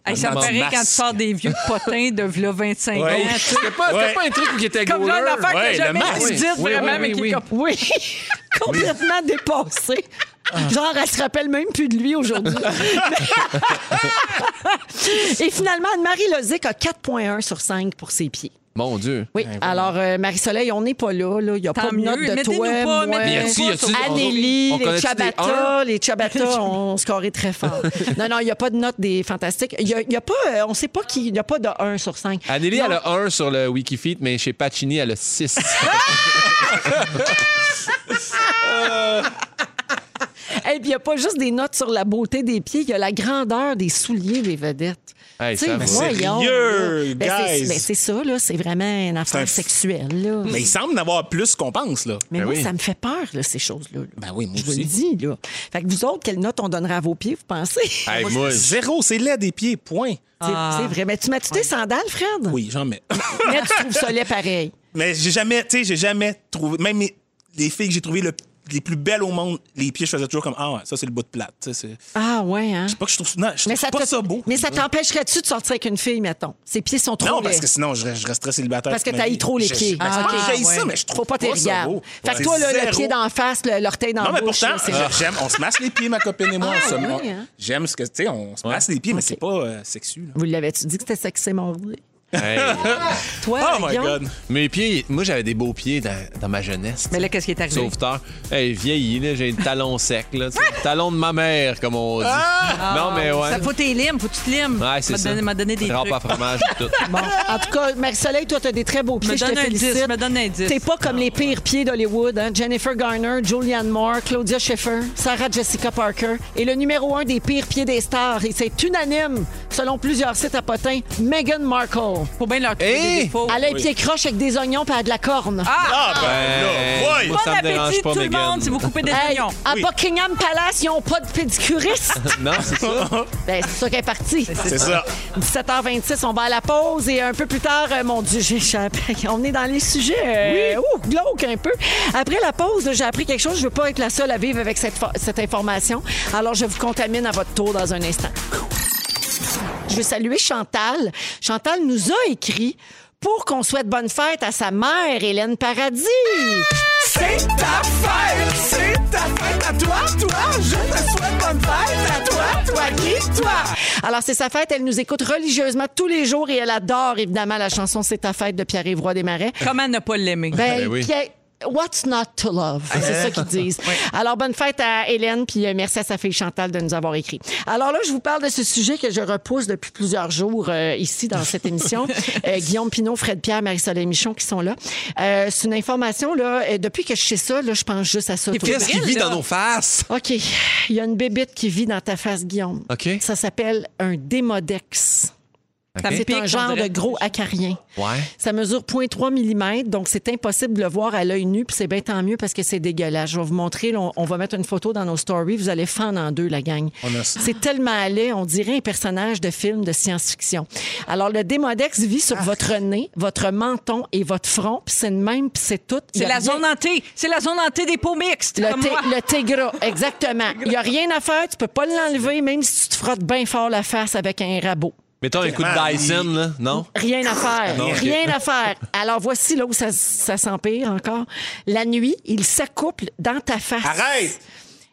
S3: Hey, ça me
S2: Maman
S3: paraît quand tu
S5: masque.
S3: sors des vieux potins de v'là 25
S5: Ouais.
S3: ans. tu sais.
S2: C'était pas, c'était
S5: Ouais.
S2: pas un truc où il était
S3: Comme
S2: goaler.
S3: genre une affaire
S5: Ouais,
S3: que
S5: le
S3: jamais
S1: Ah,
S5: masque.
S3: tu dis
S2: Oui, oui,
S3: vraiment,
S2: oui,
S3: mais qui est
S2: oui.
S3: comme-
S1: Oui, complètement dépassée.
S3: Ah.
S1: Genre, elle se rappelle même plus de lui aujourd'hui. Et finalement, Anne-Marie Lozic a 4,1 sur 5 pour ses pieds.
S2: Mon Dieu.
S1: Oui, alors euh, Marie-Soleil, on n'est pas là. là. Il n'y a
S3: Ben, Tant
S1: pas de note
S3: mieux.
S1: de
S3: Mettez-nous
S1: toi, moi.
S3: pas, mettez-nous
S2: Mais y a-tu- y a-tu-
S3: pas sur-
S1: Euh, Anneli,
S2: on
S1: les
S2: connaît-tu des
S1: Chabata, les Chabata ont scoré très fort. Non, non, il n'y a pas de note des fantastiques. Il y a, il y a pas, euh, on ne sait pas qui, il n'y a pas de 1 sur 5.
S2: Anneli, elle a 1 sur le Wikifeet, mais chez Pacini, elle a 6.
S1: Et eh, puis, il n'y a pas juste des notes sur la beauté des pieds, il y a la grandeur des souliers des vedettes.
S2: Hey,
S1: Tu
S2: ça
S1: sais,
S2: va.
S1: voyons,
S5: Sérieux,
S1: là. Ben, c'est-
S5: guys.
S1: ben, c'est ça, là. C'est vraiment une affaire
S5: un f-
S1: sexuelle, là.
S5: Mais il semble en avoir plus qu'on pense, là.
S1: Mais
S2: Ben
S1: moi,
S2: oui.
S1: ça me fait peur, là, ces choses-là. là.
S5: Ben oui, moi
S1: Je vous
S5: aussi.
S1: le dis, là. Fait que vous autres, quelle note on donnera à vos pieds, vous pensez?
S2: Hey, moi, je-
S5: Zéro, c'est laid des pieds, point.
S1: C'est- C'est vrai. Mais tu mets-tu tes sandales, Fred?
S5: Ah. Oui, j'en mets.
S1: Mais tu trouves ça laid pareil.
S5: Mais j'ai jamais, tu sais, j'ai jamais trouvé. Même mes- les filles que j'ai trouvées le- les plus belles au monde, les pieds, je faisais toujours comme Ah, ouais, ça, c'est le bout de plate. Tu sais, c'est-
S1: Ah, ouais, hein?
S5: C'est pas que je trouve, non, je
S1: Mais
S5: trouve
S1: ça,
S5: pas
S1: te-
S5: ça beau.
S1: mais ça t'empêcherait-tu de sortir avec une fille, mettons? Ses pieds sont trop
S5: non, parce
S1: laids.
S5: que sinon, je, je resterais célibataire.
S1: Parce que
S5: toute ma
S1: t'as eu
S5: vie.
S1: trop les
S5: Je-
S1: pieds.
S5: ben, c'est
S1: Ah,
S5: pas que j'haïs
S1: ouais.
S5: ça, mais je
S1: Faut
S5: trouve
S1: pas tes
S5: ça
S1: regards.
S5: beau.
S1: Fait que
S5: C'est
S1: toi, là, le
S5: zéro.
S1: pied d'en face, le- l'orteil d'en
S5: Non, mais
S1: bouche,
S5: pourtant,
S1: là, c'est-
S5: euh, j'aime, on se masse les pieds, ma copine et moi.
S1: Ah,
S5: on se,
S1: oui,
S5: on-
S1: hein?
S5: J'aime ce que, tu sais, on se masse les pieds, mais c'est pas euh, sexu. là.
S1: Vous l'avez-tu dit que c'était sexy mordi?
S2: Hey.
S1: Toi,
S5: Oh my
S1: Guillaume?
S5: God!
S2: Mes pieds, moi, j'avais des beaux pieds dans, dans ma jeunesse.
S3: Mais là, qu'est-ce qui est arrivé?
S2: Sauveteur. Hey, vieilli, là, j'ai le talon sec, là. tu sais, le talon de ma mère, comme on dit. non, mais ouais.
S3: Ça, faut tes limes, faut que tu te limes.
S2: Ouais, c'est
S3: M'a
S2: ça.
S3: donné- M'a donné des
S2: Râpe
S3: trucs.
S2: à fromage et tout. Ben,
S1: Bon. En tout cas, Marie-Soleil, toi, t'as des très beaux pieds.
S3: Me
S1: je te
S3: donne un 10,
S1: félicite.
S3: me donne un 10.
S1: T'es pas comme les pires pieds d'Hollywood. hein. Jennifer Garner, Julianne Moore, Claudia Schiffer, Sarah Jessica Parker est le numéro un des pires pieds des stars. Et c'est unanime, selon plusieurs sites à potins, Meghan Markle.
S3: Faut bien leur trouver
S2: Hey!
S3: des défauts.
S1: Elle a les pieds croches avec des oignons puis elle a de la corne.
S5: Ah, ben, là, ouais.
S2: moi,
S3: Bon
S2: ça me
S3: appétit,
S2: dérange pas,
S3: tout le
S2: Megan.
S3: monde, si vous coupez des
S1: Hey,
S3: oignons.
S1: à
S5: Oui.
S1: Buckingham Palace, ils n'ont pas de pédicuriste.
S2: Non, c'est ça.
S1: ben, c'est ça qu'elle est partie.
S5: C'est ça.
S1: 17h26, on va à la pause et un peu plus tard, euh, mon Dieu, j'échappe. On est dans les sujets euh, ouh, glauques un peu. Après la pause, j'ai appris quelque chose. Je veux pas être la seule à vivre avec cette, fo- cette information. Alors, je vous contamine à votre tour dans un instant. Je veux saluer Chantal. Chantal nous a écrit pour qu'on souhaite bonne fête à sa mère, Hélène Paradis.
S7: C'est ta fête, c'est ta fête à toi, toi. Je te souhaite bonne fête à toi, toi qui, toi.
S1: Alors, c'est sa fête. Elle nous écoute religieusement tous les jours et elle adore évidemmament la chanson C'est ta fête de Pierre-Yves Roy des Marais.
S3: Comment ne pas l'aimer?
S1: Ben,
S2: Ben oui.
S1: puis, euh, What's not to love? C'est ça qu'ils disent. Alors, bonne fête à Hélène, puis euh, merci à sa fille Chantal de nous avoir écrit. Alors là, je vous parle de ce sujet que je repousse depuis plusieurs jours euh, ici dans cette émission. Euh, Guillaume Pinot, Fred Pierre, Marie-Soleil Michon qui sont là. Euh, c'est une information, là. euh, depuis que je sais ça, là, je pense juste à ça. tout le
S2: Qu'est-ce qui
S3: Gabriel,
S2: vit
S3: là.
S2: dans nos faces?
S1: OK. Il y a une bébite qui vit dans ta face, Guillaume.
S2: OK.
S1: Ça s'appelle un démodex.
S3: Ça me
S1: C'est
S3: pique,
S1: un
S3: Hein? on
S1: genre de
S3: dirait.
S1: gros acarien.
S2: Ouais.
S1: Ça mesure 0.3 mm, donc c'est impossible de le voir à l'œil nu, puis c'est bien tant mieux parce que c'est dégueulasse. Je vais vous montrer, là, on, on va mettre une photo dans nos stories, vous allez fendre en deux, la gang. C'est tellement laid, on dirait un personnage de film de science-fiction. Alors, le démodex vit sur
S3: Ah.
S1: votre nez, votre menton et votre front, puis c'est le même, puis c'est tout. Il y
S3: C'est
S1: a
S3: la
S1: rien-
S3: zone hantée. C'est la zone hantée des peaux mixtes.
S1: le
S3: comme
S1: thé,
S3: moi.
S1: le thé gras, exactement. Il n'y a rien à faire, tu peux pas l'enlever, même si tu te frottes bien fort la face avec un rabot.
S2: Mettons un coup de Dyson, là, non?
S1: Rien à faire.
S2: Non, ok.
S1: Rien à faire. Alors voici là où ça, ça s'empire encore. La nuit, il s'accouple dans ta face.
S5: Arrête!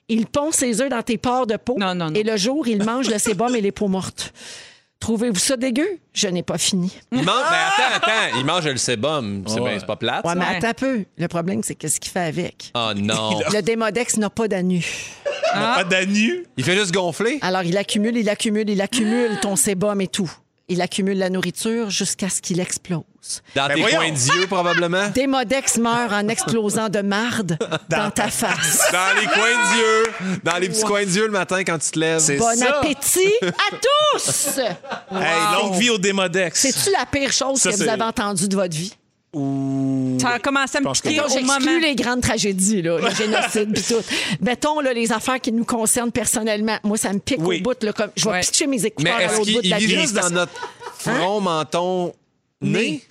S1: Il pond ses œufs dans tes pores de peau.
S3: Non, non, non.
S1: Et le jour, il mange le sébum et les peaux mortes. Trouvez-vous ça dégueu? Je n'ai pas fini.
S2: Il mange, mais attends, attends, il mange le sébum. C'est
S5: Ouais.
S2: bien, c'est pas plate.
S1: Ouais, mais
S3: Ouais.
S1: attends un peu. Le problème, c'est qu'est-ce qu'il fait avec?
S2: Oh non.
S1: Le démodex n'a pas d'anus.
S5: On
S1: Ah.
S5: n'a pas d'anu.
S2: Il fait juste gonfler.
S1: Alors, il accumule, il accumule, il accumule ton sébum et tout. Il accumule la nourriture jusqu'à ce qu'il explose.
S2: Dans
S5: Ben
S2: tes
S5: voyons.
S2: coins d'yeux, probablement.
S1: Démodex meurt en explosant de marde dans ta face.
S2: Dans les coins d'yeux. Dans les petits coins d'yeux le matin quand tu te lèves.
S5: C'est
S1: Bon
S5: ça.
S1: appétit à tous!
S5: Hey, longue vie au démodex.
S1: C'est-tu la pire chose
S5: Ça,
S1: que vous
S5: c'est-
S1: avez entendue de votre vie?
S3: Ça a commencé à me
S5: pense que
S3: piquer
S5: non.
S1: Donc,
S3: au moment.
S1: J'exclus les grandes tragédies, là, le génocide pis tout. Mettons là, les affaires qui nous concernent personnellement. Moi, ça me pique
S5: Oui.
S1: au bout. Là, comme... Je vais
S3: Ouais.
S1: pitcher mes
S2: Mais
S1: écouteurs à
S2: est-ce
S1: l'autre bout de
S2: qu'il
S1: la
S2: vit
S1: pièce.
S2: juste dans notre front, menton, nez?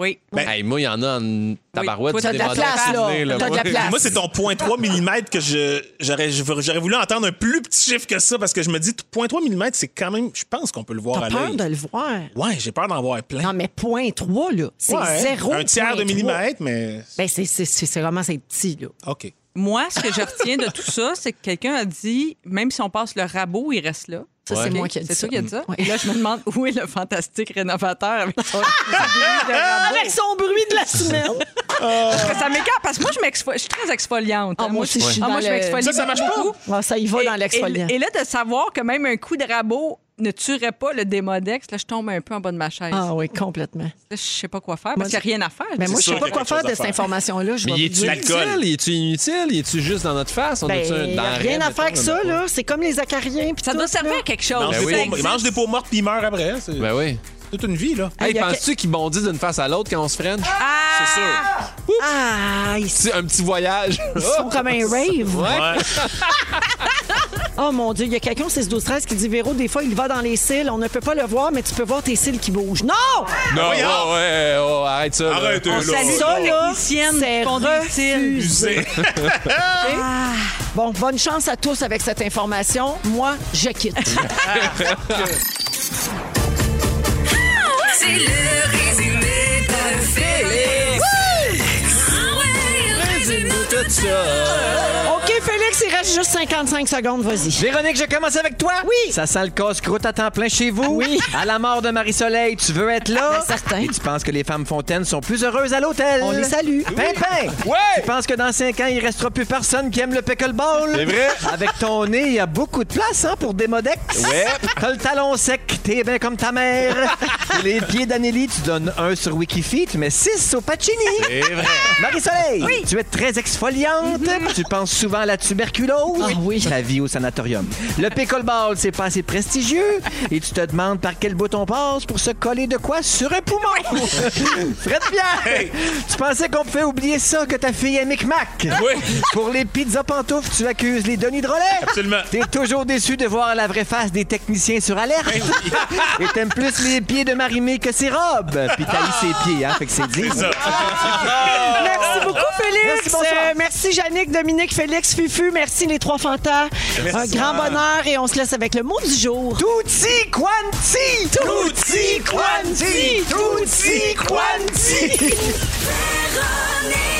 S3: Oui.
S5: Ben,
S2: Hey, moi, il y en a en tabarouette.
S3: Toi, t'as
S2: du
S3: de la
S2: démodex
S1: place,
S2: au
S1: là.
S2: nez,
S1: T'as de la
S2: Moi,
S1: place.
S5: Moi, c'est ton 0.3 mm que je- j'aurais j'aurais voulu entendre un plus petit chiffre que ça parce que je me dis 0.3 mm, c'est quand même. Je pense qu'on peut le voir
S1: T'as
S5: à
S1: peur
S5: l'œil.
S1: de le voir.
S5: Ouais, j'ai peur d'en voir plein.
S1: Non, mais point 3, là. C'est
S5: Ouais,
S1: zéro.
S5: Un tiers de
S1: point
S5: millimètre, mais.
S1: trois. Ben, c'est- c'est c'est- c'est vraiment c'est petit, là.
S5: OK.
S3: Moi, ce que je retiens de tout ça, c'est que quelqu'un a dit, même si on passe le rabot, il reste là.
S1: Ça,
S2: Ouais.
S1: c'est moi
S3: Ok,
S1: qui ai dit ça.
S3: C'est toi qui a dit ça?
S1: Ouais.
S3: Et là, je me demande où est le fantastique rénovateur avec son
S5: Ah!
S3: bruit de rabot.
S1: Avec son bruit de la semaine.
S3: Parce que ça m'écarte, parce que moi, je, m'exfo- je suis très exfoliante.
S1: Ah,
S3: hein.
S1: moi aussi, je suis
S3: ah,
S1: dans
S3: moi, je
S1: le-
S3: m'exfolie
S5: Ça, ça marche pas?
S3: beaucoup.
S1: Ah, ça y va
S3: Et-
S1: dans l'exfoliant.
S3: Et, et là, de savoir que même un coup de rabot ne tuerait pas le démodex, là, je tombe un peu en bas de ma chaise.
S1: Ah oui, complètement.
S3: Là, je sais pas quoi faire
S1: Moi,
S3: parce qu'il n'y a rien à faire.
S1: Mais
S3: Je-
S1: moi, je
S5: sûr
S1: sais pas
S5: qu'il y a
S1: quoi
S5: quelque
S1: faire
S5: chose à
S1: de cette
S5: faire.
S1: information-là. Je
S6: Mais
S1: vais
S6: il
S1: vous
S6: est-tu
S1: dire.
S6: l'alcool?
S2: Il est-tu inutile? Il est-tu juste dans notre face? On
S1: Ben,
S2: a-tu un-
S1: il
S2: dans
S1: n'y a
S2: la
S1: rien
S2: raie,
S1: à faire avec
S2: mettons,
S1: ça,
S2: on a
S1: là. C'est comme les acariens. puis
S3: ça
S1: tout,
S3: doit servir
S1: là.
S3: à quelque
S5: Il
S3: chose.
S5: mange,
S2: Ben oui.
S5: des peaux-
S3: Ça
S5: il
S3: existe.
S5: mange des peaux mortes puis il meurt après. C'est
S2: pas. Ben oui.
S5: toute une vie, là.
S1: Ah,
S2: Hey,
S1: il y a
S2: penses-tu qu'ils bondissent d'une face à l'autre quand on se freine?
S3: Ah!
S5: C'est sûr.
S1: Ah, ils
S2: Tu sais, Un petit voyage. Ah!
S1: sont comme un rave.
S5: Ouais.
S1: Oh mon Dieu, il y a quelqu'un, c'est 12 13 qui dit Véro, des fois, il va dans les cils. On ne peut pas le voir, mais tu peux voir tes cils qui bougent. Non!
S2: Non, ouais,
S5: Voyons.
S2: ouais, oh, arrête ça. là.
S5: Arrête, euh, là.
S3: salue
S1: Ça,
S3: les
S1: là,
S3: techniciennes
S1: c'est
S3: qui font des cils.
S1: refusé.
S5: Musée.
S1: Bon, bonne chance à tous avec cette information. Moi, je quitte.
S4: C'est le résumé de Félix. Ah ouais, résume-nous tout
S1: OK, Félix, il reste juste 55 secondes. Vas-y.
S8: Véronique, je commence avec toi.
S1: Oui. Ah
S8: Ça sent le casse-croûte à temps plein chez vous.
S1: Oui.
S8: À la mort de Marie-Soleil, tu veux être là?
S1: Ben, certain.
S8: Et tu penses que les femmes fontaines sont plus heureuses à l'hôtel?
S1: On les salue.
S8: Pimpin! Tu penses que dans 5 ans, il restera plus personne qui aime le pickleball?
S2: C'est vrai.
S8: Avec ton nez, il y a beaucoup de place hein, pour des modex.
S2: Ouais.
S8: T'as le talon sec, t'es bien comme ta mère. Et les pieds d'Anélie, tu donnes un sur Wikifeet, tu mets 6 au Pacini.
S2: C'est vrai.
S8: Marie-Soleil, tu es très exfoliante. Tu penses souvent à la tuberculose.
S1: Ah oui.
S8: La vie au sanatorium. Le pickleball, c'est pas assez prestigieux. Et tu te demandes par quel bout on passe pour se coller de quoi sur un poumon. Fred Pierre, tu pensais qu'on pouvait oublier ça que ta fille est Micmac.
S5: Oui.
S8: Pour les pizzas pantoufles, tu accuses les Denis Drolet.
S5: Absolument.
S8: T'es toujours déçu de voir la vraie face des techniciens sur alerte. Et t'aimes plus les pieds de Marimé que ses robes. Puis t'as eu ses pieds, hein, fait que c'est dit.
S5: ça.
S1: Merci beaucoup, Félix.
S8: Ah. Merci, bonsoir.
S1: Euh, merci, Yannick, Dominique, Félix, Fufu. Merci, les trois fantas. Un grand bonheur et on se laisse avec le mot du jour.
S8: Tutti quanti! Tutti quanti! Tutti quanti!
S4: Véronique.